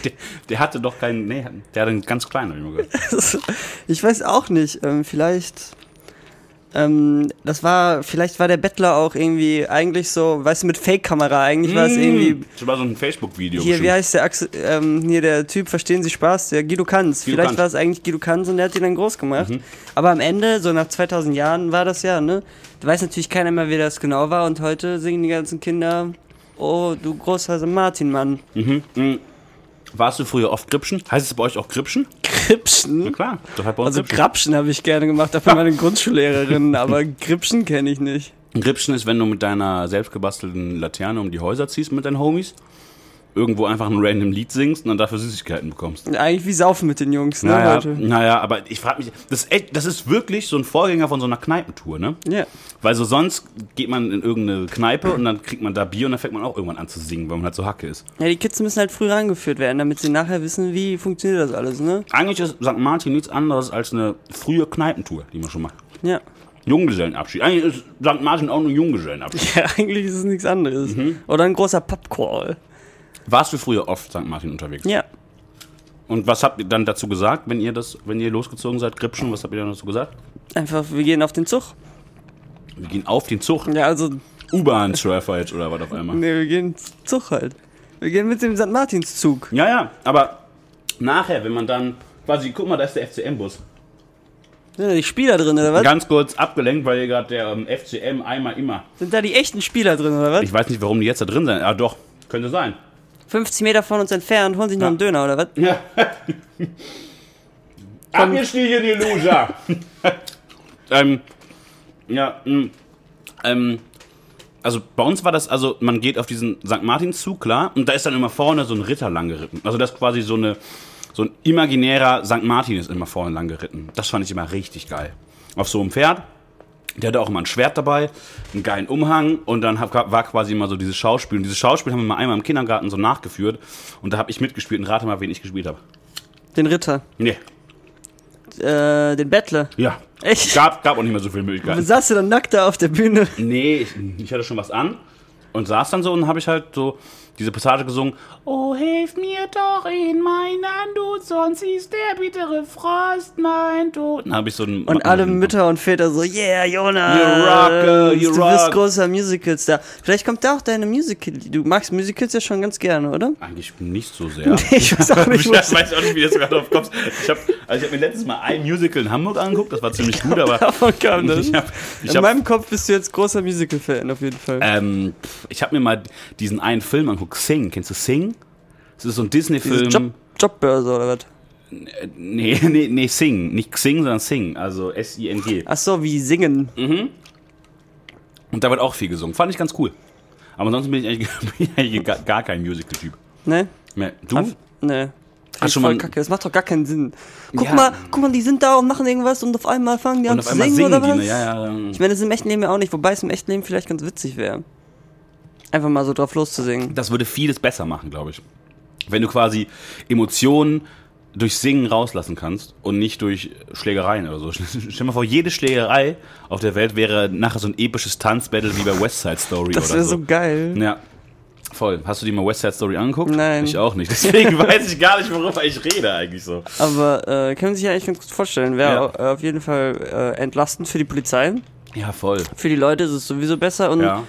S3: der, der hatte doch keinen. Nee, der hatte einen ganz kleinen, hab ich mal gehört.
S4: Ich weiß auch nicht. Ähm, vielleicht. Ähm, das war, vielleicht war der Bettler auch irgendwie eigentlich so, weißt du, mit Fake-Kamera eigentlich war es
S3: Mhm.
S4: irgendwie.
S3: Das war so ein Facebook-Video.
S4: Hier, wie
S3: bestimmt.
S4: heißt der Axel, ähm, hier der Typ, verstehen Sie Spaß, der Guido Kanz.
S3: Guido
S4: Vielleicht
S3: Kanz. Mhm.
S4: war es eigentlich Guido Kanz und der hat ihn dann groß gemacht. Aber am Ende, so nach 2000 Jahren war das ja, ne? Da weiß natürlich keiner mehr, wer das genau war und heute singen die ganzen Kinder, oh, du großer Martin, Mann.
S3: Warst du früher oft Gripschen? Heißt es bei euch auch Gripschen? Na
S4: Gripschen?
S3: klar. Das hat bei uns
S4: Also
S3: Gripschen.
S4: Grapschen habe ich gerne gemacht, dafür meine Grundschullehrerin, aber Gripschen kenne ich nicht.
S3: Gripschen ist, wenn du mit deiner selbstgebastelten Laterne um die Häuser ziehst mit deinen Homies, irgendwo einfach ein random Lied singst und dann dafür Süßigkeiten bekommst.
S4: Eigentlich wie Saufen mit den Jungs, ne,
S3: Naja,
S4: heute.
S3: naja, aber ich frage mich, das ist, echt, das ist wirklich so ein Vorgänger von so einer Kneipentour, ne?
S4: Ja.
S3: Weil so sonst geht man in irgendeine Kneipe und dann kriegt man da Bier und dann fängt man auch irgendwann an zu singen, weil man halt so Hacke ist.
S4: ja, die Kids müssen halt früh rangeführt werden, damit sie nachher wissen, wie funktioniert das alles, ne?
S3: Eigentlich ist St. Martin nichts anderes als eine frühe Kneipentour, die man schon macht.
S4: Ja.
S3: Junggesellenabschied. Eigentlich ist St. Martin auch nur Junggesellenabschied.
S4: Ja, eigentlich ist es nichts anderes. Oder ein großer Pappcrawl.
S3: Warst du früher oft St. Martin unterwegs?
S4: Ja.
S3: Und was habt ihr dann dazu gesagt, wenn ihr das, wenn ihr losgezogen seid, Gripschen, was habt ihr dann dazu gesagt?
S4: Einfach, wir gehen auf den Zug.
S3: Wir gehen auf den Zug.
S4: Ja, also,
S3: U-Bahn Surfer jetzt oder was auf einmal.
S4: nee, wir gehen Zug halt. Wir gehen mit dem St. Martins Zug.
S3: Ja, ja, aber nachher, wenn man dann quasi, guck mal, da ist der FCM-Bus.
S4: Sind da die Spieler drin, oder was?
S3: Ganz kurz abgelenkt, weil hier gerade der ähm, FCM einmal immer.
S4: Sind da die echten Spieler drin, oder was?
S3: Ich weiß nicht, warum die jetzt da drin sind. Ah, doch, könnte sein.
S4: 50 Meter von uns entfernt, holen sich noch einen Döner, oder was?
S3: Ja. Abgestiegen, ihr Loser! ähm, ja, mh, ähm, also bei uns war das, also man geht auf diesen St. Martins zu, klar, und da ist dann immer vorne so ein Ritter lang geritten. Also das ist quasi so eine, so ein imaginärer St. Martin ist immer vorne lang geritten. Das fand ich immer richtig geil. Auf so einem Pferd, der hatte auch immer ein Schwert dabei, einen geilen Umhang und dann hab, war quasi immer so dieses Schauspiel. Und dieses Schauspiel haben wir mal einmal im Kindergarten so nachgeführt und da habe ich mitgespielt und rate mal, wen ich gespielt habe.
S4: Den Ritter.
S3: Nee,
S4: Äh, den Bettler.
S3: ja.
S4: Echt?
S3: Gab, gab auch nicht mehr so viele
S4: Dann
S3: Möglichkeiten.
S4: saß du dann nackt da auf der Bühne.
S3: Nee, ich, ich hatte schon was an und saß dann so und habe ich halt so diese Passage gesungen. Oh, hilf mir doch in meinen Anmut, sonst ist der bittere Frost mein Tod. Dann habe ich so einen
S4: Und alle Mütter und Väter so, yeah, Jonas,
S3: You rock, uh, you
S4: du bist
S3: rock.
S4: großer Musicalstar. Vielleicht kommt da auch deine Musical, du magst Musicals ja schon ganz gerne, oder?
S3: Eigentlich nicht so sehr.
S4: Ich weiß auch nicht,
S3: ich
S4: wo es-
S3: weiß auch nicht, wie das gerade aufkommt. Ich habe also ich hab mir letztes Mal ein Musical in Hamburg angeguckt, das war ziemlich gut, aber
S4: davon kam das.
S3: ich habe ich
S4: In
S3: hab,
S4: meinem Kopf bist du jetzt großer Musical-Fan auf jeden Fall.
S3: ähm, pff, ich hab mir mal diesen einen Film angeguckt, Sing. Kennst du Sing? Das ist so ein
S4: Diese Job,
S3: Disney-Film.
S4: Jobbörse oder was?
S3: Nee, nee, nee, Sing. Nicht Sing, sondern Sing. Also S-I-N-G.
S4: Ach so, wie singen.
S3: Mm. Und da wird auch viel gesungen. Fand ich ganz cool. Aber ansonsten bin ich eigentlich, bin ich eigentlich gar, gar kein Musical-Typ.
S4: Ne?
S3: Nee, Du?
S4: Ne.
S3: Hast schon mal-
S4: voll kacke. Das macht doch gar keinen Sinn. Guck
S3: Ja.
S4: mal, guck mal, die sind da und machen irgendwas und auf einmal fangen die an
S3: Und auf
S4: zu
S3: einmal
S4: singen,
S3: singen
S4: oder
S3: die.
S4: was?
S3: Ne? Ja, ja, ja.
S4: Ich meine, das ist im echten Leben ja auch nicht, wobei es im echten Leben vielleicht ganz witzig wäre. Einfach mal so drauf loszusingen.
S3: Das würde vieles besser machen, glaube ich. Wenn du quasi Emotionen durch Singen rauslassen kannst und nicht durch Schlägereien oder so. Stell dir mal vor, jede Schlägerei auf der Welt wäre nachher so ein episches Tanzbattle wie bei West Side Story
S4: Das
S3: oder
S4: wäre
S3: so.
S4: so geil.
S3: Ja. Voll. Hast du dir mal West Side Story angeguckt?
S4: Mhm. Nein.
S3: Ich auch nicht. Deswegen weiß ich gar nicht, worüber ich rede eigentlich so.
S4: Aber äh, kann man sich ja eigentlich ganz gut vorstellen. Wäre
S3: Ja.
S4: auf jeden Fall äh, entlastend für die Polizei.
S3: Ja, voll.
S4: Für die Leute ist es sowieso besser und
S3: Ja.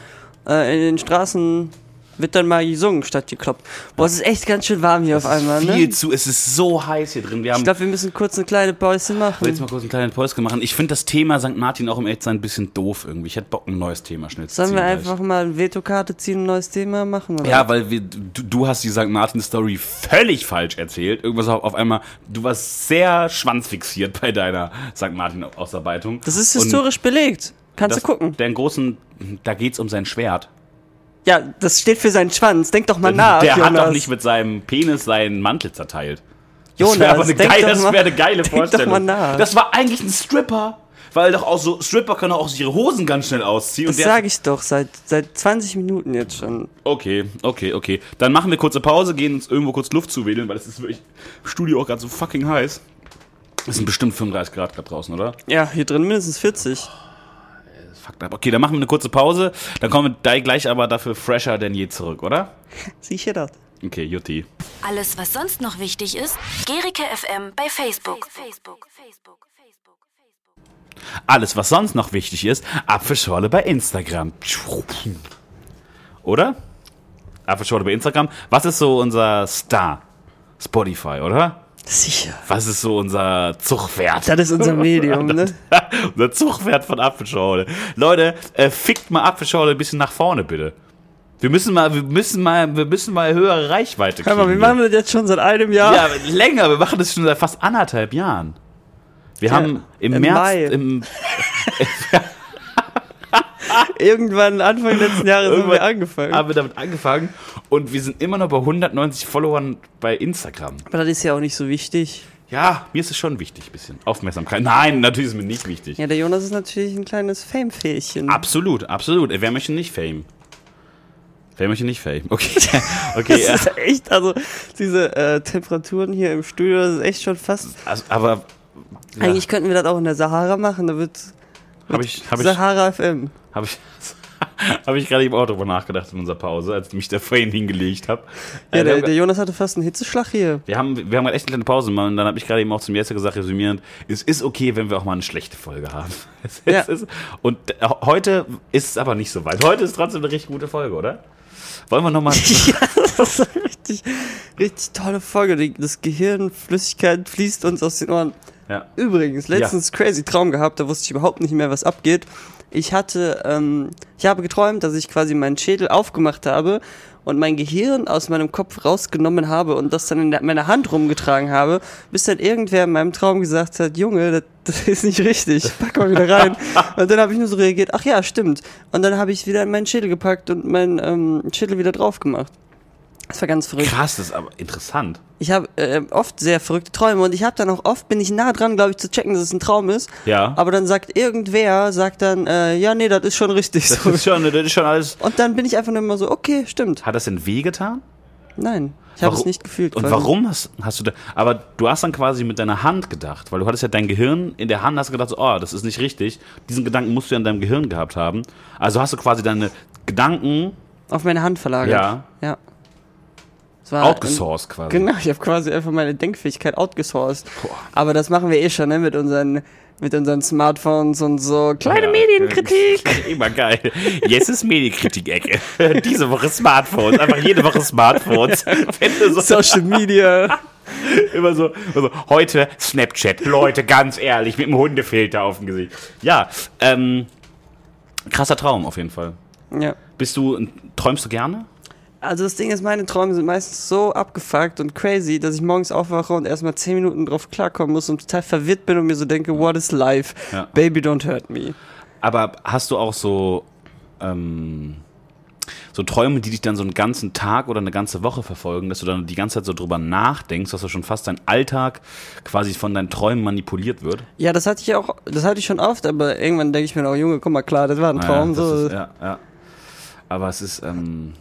S4: äh, in den Straßen wird dann mal gesungen statt gekloppt. Boah, es ist echt ganz schön warm hier auf einmal,
S3: Viel
S4: ne?
S3: zu, es ist so heiß hier drin. Wir haben
S4: Ich glaube, wir müssen kurz eine kleine Pause
S3: Ich will jetzt
S4: machen.
S3: mal kurz einen kleinen Polske machen. Ich finde das Thema St. Martin auch im Echtsein ein bisschen doof irgendwie. Ich hätte Bock, ein neues Thema schnell zu
S4: Sollen
S3: ziehen
S4: wir
S3: gleich.
S4: einfach mal eine Vetokarte ziehen, ein neues Thema machen? Oder?
S3: Ja, weil wir, du, du hast die St. Martin-Story völlig falsch erzählt. Irgendwas auf, auf einmal, du warst sehr schwanzfixiert bei deiner St. Martin-Ausarbeitung.
S4: Das ist
S3: Und
S4: historisch belegt. Kannst du gucken.
S3: Den großen, da geht's um sein Schwert.
S4: Ja, das steht für seinen Schwanz. Denk doch mal nach,
S3: Der
S4: Jonas.
S3: hat doch nicht mit seinem Penis seinen Mantel zerteilt.
S4: Jonas,
S3: Das wäre aber eine
S4: denk
S3: geile,
S4: doch
S3: das
S4: mal-
S3: wäre eine geile
S4: denk
S3: Vorstellung.
S4: Doch mal nach. Das,
S3: Das war eigentlich ein Stripper. Weil doch auch so, Stripper können doch auch ihre Hosen ganz schnell ausziehen. und der-
S4: sage ich doch seit, seit 20 Minuten jetzt schon.
S3: Okay, okay, okay. Dann machen wir kurze Pause, gehen uns irgendwo kurz Luft zuwedeln, weil es ist wirklich im Studio auch gerade so fucking heiß. Es sind bestimmt 35 Grad gerade draußen, oder?
S4: Ja, hier drin mindestens 40.
S3: Das fuckt ab. Okay, dann machen wir eine kurze Pause. Dann kommen wir da gleich aber dafür fresher denn je zurück, oder?
S4: Sicher das.
S3: Okay, Jutti.
S1: Alles, was sonst noch wichtig ist, Gericke FM bei Facebook.
S3: Alles, was sonst noch wichtig ist, Apfelschorle bei Instagram. Oder? Apfelschorle bei Instagram. Was ist so unser Star? Spotify, oder?
S4: Sicher.
S3: Was ist so unser Zugpferd?
S4: Das ist unser Medium, ne?
S3: Unser Zugwert von Apfelschorle. Leute, äh, fickt mal Apfelschorle ein bisschen nach vorne, bitte. Wir müssen mal, wir müssen mal, wir müssen mal höhere Reichweite
S4: Hör mal, wir
S3: kriegen.
S4: machen das jetzt schon seit einem Jahr.
S3: ja, länger, wir machen das schon seit fast anderthalb Jahren. Wir haben im,
S4: im
S3: März,
S4: Mai.
S3: im,
S4: Irgendwann Anfang letzten Jahres haben
S3: Irgendwann
S4: wir angefangen.
S3: haben wir damit angefangen und wir sind immer noch bei 190 Followern bei Instagram.
S4: Aber das ist ja auch nicht so wichtig.
S3: Ja, mir ist es schon wichtig, ein bisschen Aufmerksamkeit. Nein, natürlich ist es mir nicht wichtig.
S4: Ja, der Jonas ist natürlich ein kleines Fame-Fähchen.
S3: Absolut, absolut. Wer möchte nicht Fame? Wer möchte nicht Fame? Okay, okay.
S4: Das
S3: ja.
S4: ist echt, also diese äh, Temperaturen hier im Studio, das ist echt schon fast.
S3: Also, aber
S4: Eigentlich könnten wir das auch in der Sahara machen, da wird
S3: Habe ich, hab ich,
S4: Sahara FM.
S3: hab ich, Habe ich gerade eben auch drüber nachgedacht in unserer Pause, als ich mich da vorhin hingelegt habe.
S4: Ja,
S3: Äh, wir
S4: der,
S3: haben-
S4: der Jonas hatte fast einen Hitzeschlag hier.
S3: wir haben, wir haben halt echt eine kleine Pause gemacht und dann habe ich gerade eben auch zum Jetzer gesagt, resümierend, es ist okay, wenn wir auch mal eine schlechte Folge haben. Es ist,
S4: Ja.
S3: es ist, und äh, heute ist es aber nicht so weit. Heute ist trotzdem eine richtig gute Folge, oder? Wollen wir nochmal.
S4: Ja, das ist eine richtig, richtig tolle Folge. Die- Das Gehirn, Flüssigkeit fließt uns aus den Ohren.
S3: ja.
S4: Übrigens, letztens crazy Traum gehabt, da wusste ich überhaupt nicht mehr, was abgeht. Ich hatte, ähm, ich habe geträumt, dass ich quasi meinen Schädel aufgemacht habe und mein Gehirn aus meinem Kopf rausgenommen habe und das dann in der, meiner Hand rumgetragen habe, bis dann irgendwer in meinem Traum gesagt hat, Junge, das, das ist nicht richtig, pack mal wieder rein. und dann habe ich nur so reagiert, ach ja, stimmt. Und dann habe ich wieder in meinen Schädel gepackt und meinen ähm, Schädel wieder drauf gemacht. Das war ganz verrückt.
S3: Krass, das ist aber interessant.
S4: Ich habe äh, oft sehr verrückte Träume und ich habe dann auch oft, bin ich nah dran, glaube ich, zu checken, dass es ein Traum ist.
S3: Ja.
S4: Aber dann sagt irgendwer, sagt dann, äh, ja, nee, das ist schon richtig
S3: Das
S4: so.
S3: ist schon, das ist schon alles.
S4: Und dann bin ich einfach nur immer so, okay, stimmt.
S3: Hat das denn wehgetan?
S4: Nein, ich habe es
S3: Warum-
S4: nicht gefühlt.
S3: Und
S4: quasi.
S3: warum hast, hast du da. Aber du hast dann quasi mit deiner Hand gedacht, weil du hattest ja dein Gehirn in der Hand, hast gedacht, so, oh, das ist nicht richtig. Diesen Gedanken musst du ja in deinem Gehirn gehabt haben. Also hast du quasi deine Gedanken
S4: Auf meine Hand verlagert.
S3: Ja.
S4: Ja. Es war
S3: outgesourced
S4: ein-
S3: quasi.
S4: Genau, ich habe quasi einfach meine Denkfähigkeit outgesourced. Aber das machen wir eh schon, ne, mit unseren, mit unseren Smartphones und so. Kleine
S3: Ja.
S4: Medienkritik.
S3: Immer geil. Jetzt ist Medienkritik-Ecke. Diese Woche Smartphones. Einfach jede Woche Smartphones. Wenn du so,
S4: Social Media.
S3: immer so, also heute Snapchat. Leute, ganz ehrlich, mit dem Hundefilter auf dem Gesicht. Ja, ähm, krasser Traum auf jeden Fall.
S4: ja.
S3: Bist du, träumst du gerne?
S4: Also das Ding ist, meine Träume sind meistens so abgefuckt und crazy, dass ich morgens aufwache und erstmal 10 Minuten drauf klarkommen muss und total verwirrt bin und mir so denke, what is life?
S3: Ja.
S4: Baby, don't hurt me.
S3: Aber hast du auch so, ähm, so Träume, die dich dann so einen ganzen Tag oder eine ganze Woche verfolgen, dass du dann die ganze Zeit so drüber nachdenkst, dass du schon fast dein Alltag quasi von deinen Träumen manipuliert wird?
S4: Ja, das hatte ich auch, das hatte ich schon oft, aber irgendwann denke ich mir, oh Junge, guck mal, klar, das war ein Traum.
S3: Ja, das
S4: so.
S3: Ist, ja, ja. Aber es ist, ähm,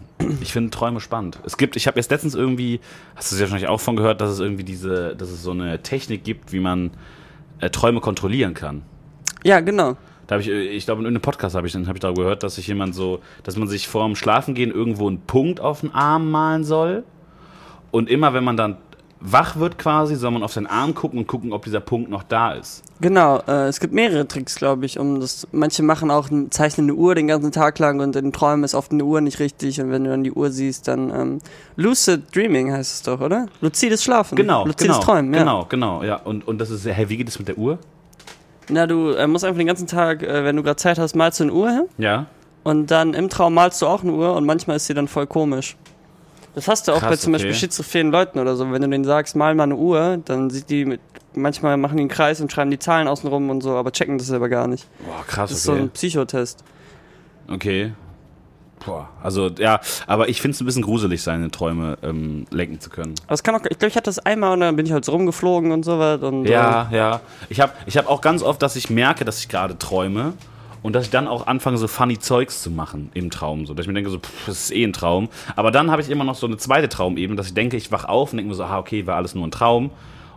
S3: ich finde Träume spannend. Es gibt, ich habe jetzt letztens irgendwie, hast du es ja wahrscheinlich auch von gehört, dass es irgendwie diese, dass es so eine Technik gibt, wie man äh, Träume kontrollieren kann.
S4: ja, genau.
S3: Da habe ich, äh, ich glaube, in einem Podcast habe ich, dann- hab ich darüber gehört, dass sich jemand so, dass man sich vorm Schlafengehen irgendwo einen Punkt auf den Arm malen soll. Und immer, wenn man dann wach wird quasi, soll man auf seinen Arm gucken und gucken, ob dieser Punkt noch da ist.
S4: Genau, äh, es gibt mehrere Tricks, glaube ich, um das. Manche machen auch, ein- zeichnen eine Uhr den ganzen Tag lang und in den Träumen ist oft eine Uhr nicht richtig und wenn du dann die Uhr siehst, dann ähm, Lucid Dreaming heißt es doch, oder? Luzides Schlafen.
S3: Genau,
S4: Luzides
S3: genau,
S4: Träumen, ja.
S3: genau, genau, ja. Und, und das ist, sehr- hä, wie geht es mit der Uhr?
S4: Na, du äh, musst einfach den ganzen Tag, äh, wenn du gerade Zeit hast, malst du eine Uhr hin.
S3: Ja.
S4: Und dann im Traum malst du auch eine Uhr und manchmal ist sie dann voll komisch. Das hast du auch
S3: Krass,
S4: bei zum Beispiel
S3: okay.
S4: schizophrenen Leuten oder so. Wenn du denen sagst, mal mal eine Uhr, dann sieht die mit. Manchmal machen die einen Kreis und schreiben die Zahlen außenrum und so, aber checken das selber gar nicht.
S3: Boah, krass,
S4: Das ist so
S3: okay.
S4: ein Psychotest.
S3: okay. Boah, also ja, aber ich finde es ein bisschen gruselig, seine Träume ähm, lenken zu können.
S4: Aber es kann auch, ich glaube, ich hatte das einmal und dann bin ich halt so rumgeflogen und so was. Und, äh,
S3: Ja, ja. Ich habe ich hab auch ganz oft, dass ich merke, dass ich gerade träume und dass ich dann auch anfange, so funny Zeugs zu machen im Traum. So, dass ich mir denke, so, pff, das ist eh ein Traum. Aber dann habe ich immer noch so eine zweite Traumebene, dass ich denke, ich wach auf und denke mir so, ah, okay, war alles nur ein Traum.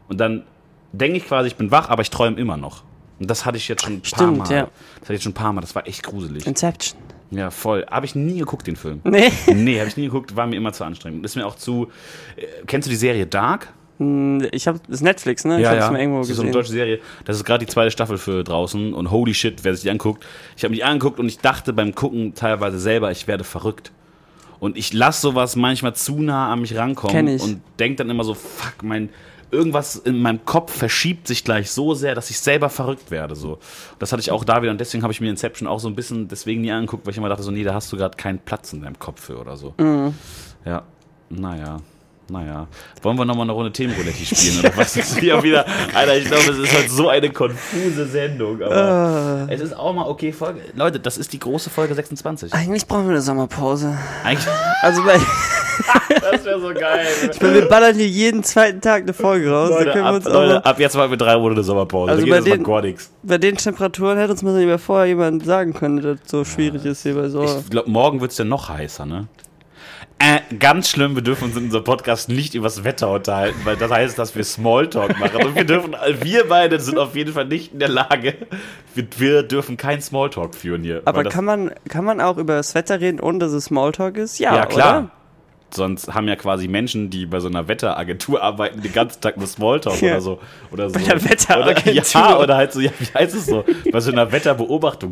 S3: Und dann denke ich quasi, ich bin wach, aber ich träume immer noch. Und das hatte ich jetzt schon ein paar
S4: Stimmt,
S3: Mal.
S4: ja.
S3: Das hatte ich schon ein paar Mal. Das war echt gruselig.
S4: Äh, Inception.
S3: Ja, voll. Habe ich nie geguckt, den Film.
S4: Nee.
S3: Nee, habe ich nie geguckt, war mir immer zu anstrengend. Ist mir auch zu. Äh, kennst du die Serie Dark?
S4: Ich habe das ist Netflix, ne? ich habe das mal irgendwo
S3: das ist so eine
S4: gesehen.
S3: deutsche Serie. Das ist gerade die zweite Staffel für draußen und holy shit, wer sich die anguckt. Ich habe mich angeguckt und ich dachte beim Gucken teilweise selber, ich werde verrückt. Und ich lasse sowas manchmal zu nah an mich rankommen
S4: Kenn ich.
S3: und denk dann immer so, fuck, mein irgendwas in meinem Kopf verschiebt sich gleich so sehr, dass ich selber verrückt werde. So, das hatte ich auch da wieder und deswegen habe ich mir Inception auch so ein bisschen deswegen nie angeguckt, weil ich immer dachte so, nee, da hast du gerade keinen Platz in deinem Kopf für oder so. Ja, naja. Naja, wollen wir nochmal eine Runde Themenroulette spielen oder was? Ist hier wieder, Alter, ich glaube, es ist halt so eine konfuse Sendung,
S4: Ah.
S3: aber es ist auch mal okay Folge. Leute, das ist die große Folge 26.
S4: Eigentlich brauchen wir eine Sommerpause.
S3: Eigentlich,
S4: Also, weil,
S3: das wäre so geil.
S4: weil wir ballern hier jeden zweiten Tag eine Folge raus. da
S3: Leute,
S4: können wir
S3: ab,
S4: uns auch mal-
S3: Leute, ab jetzt machen wir drei Monate Sommerpause.
S4: Also
S3: Also da
S4: bei
S3: geht es
S4: den-
S3: mal gar nichts.
S4: Bei den Temperaturen hätte uns mal lieber vorher jemand sagen können, dass das so schwierig ist hier bei so.
S3: Ich glaube, morgen wird es dann noch heißer, ne? Äh, ganz schlimm, wir dürfen uns in unserem Podcast nicht über das Wetter unterhalten, weil das heißt, dass wir Smalltalk machen. Und wir dürfen, wir beide sind auf jeden Fall nicht in der Lage, wir, wir dürfen kein Smalltalk führen hier.
S4: Aber
S3: weil das,
S4: kann man, kann man auch über das Wetter reden, ohne dass es Smalltalk ist? Ja,
S3: ja, klar.
S4: Oder?
S3: Sonst haben ja quasi Menschen, die bei so einer Wetteragentur arbeiten, den ganzen Tag nur Smalltalk
S4: Ja.
S3: oder so. Oder so. Bei
S4: der Wetteragentur.
S3: Oder, ja, oder halt so, ja, wie heißt es so? Bei so einer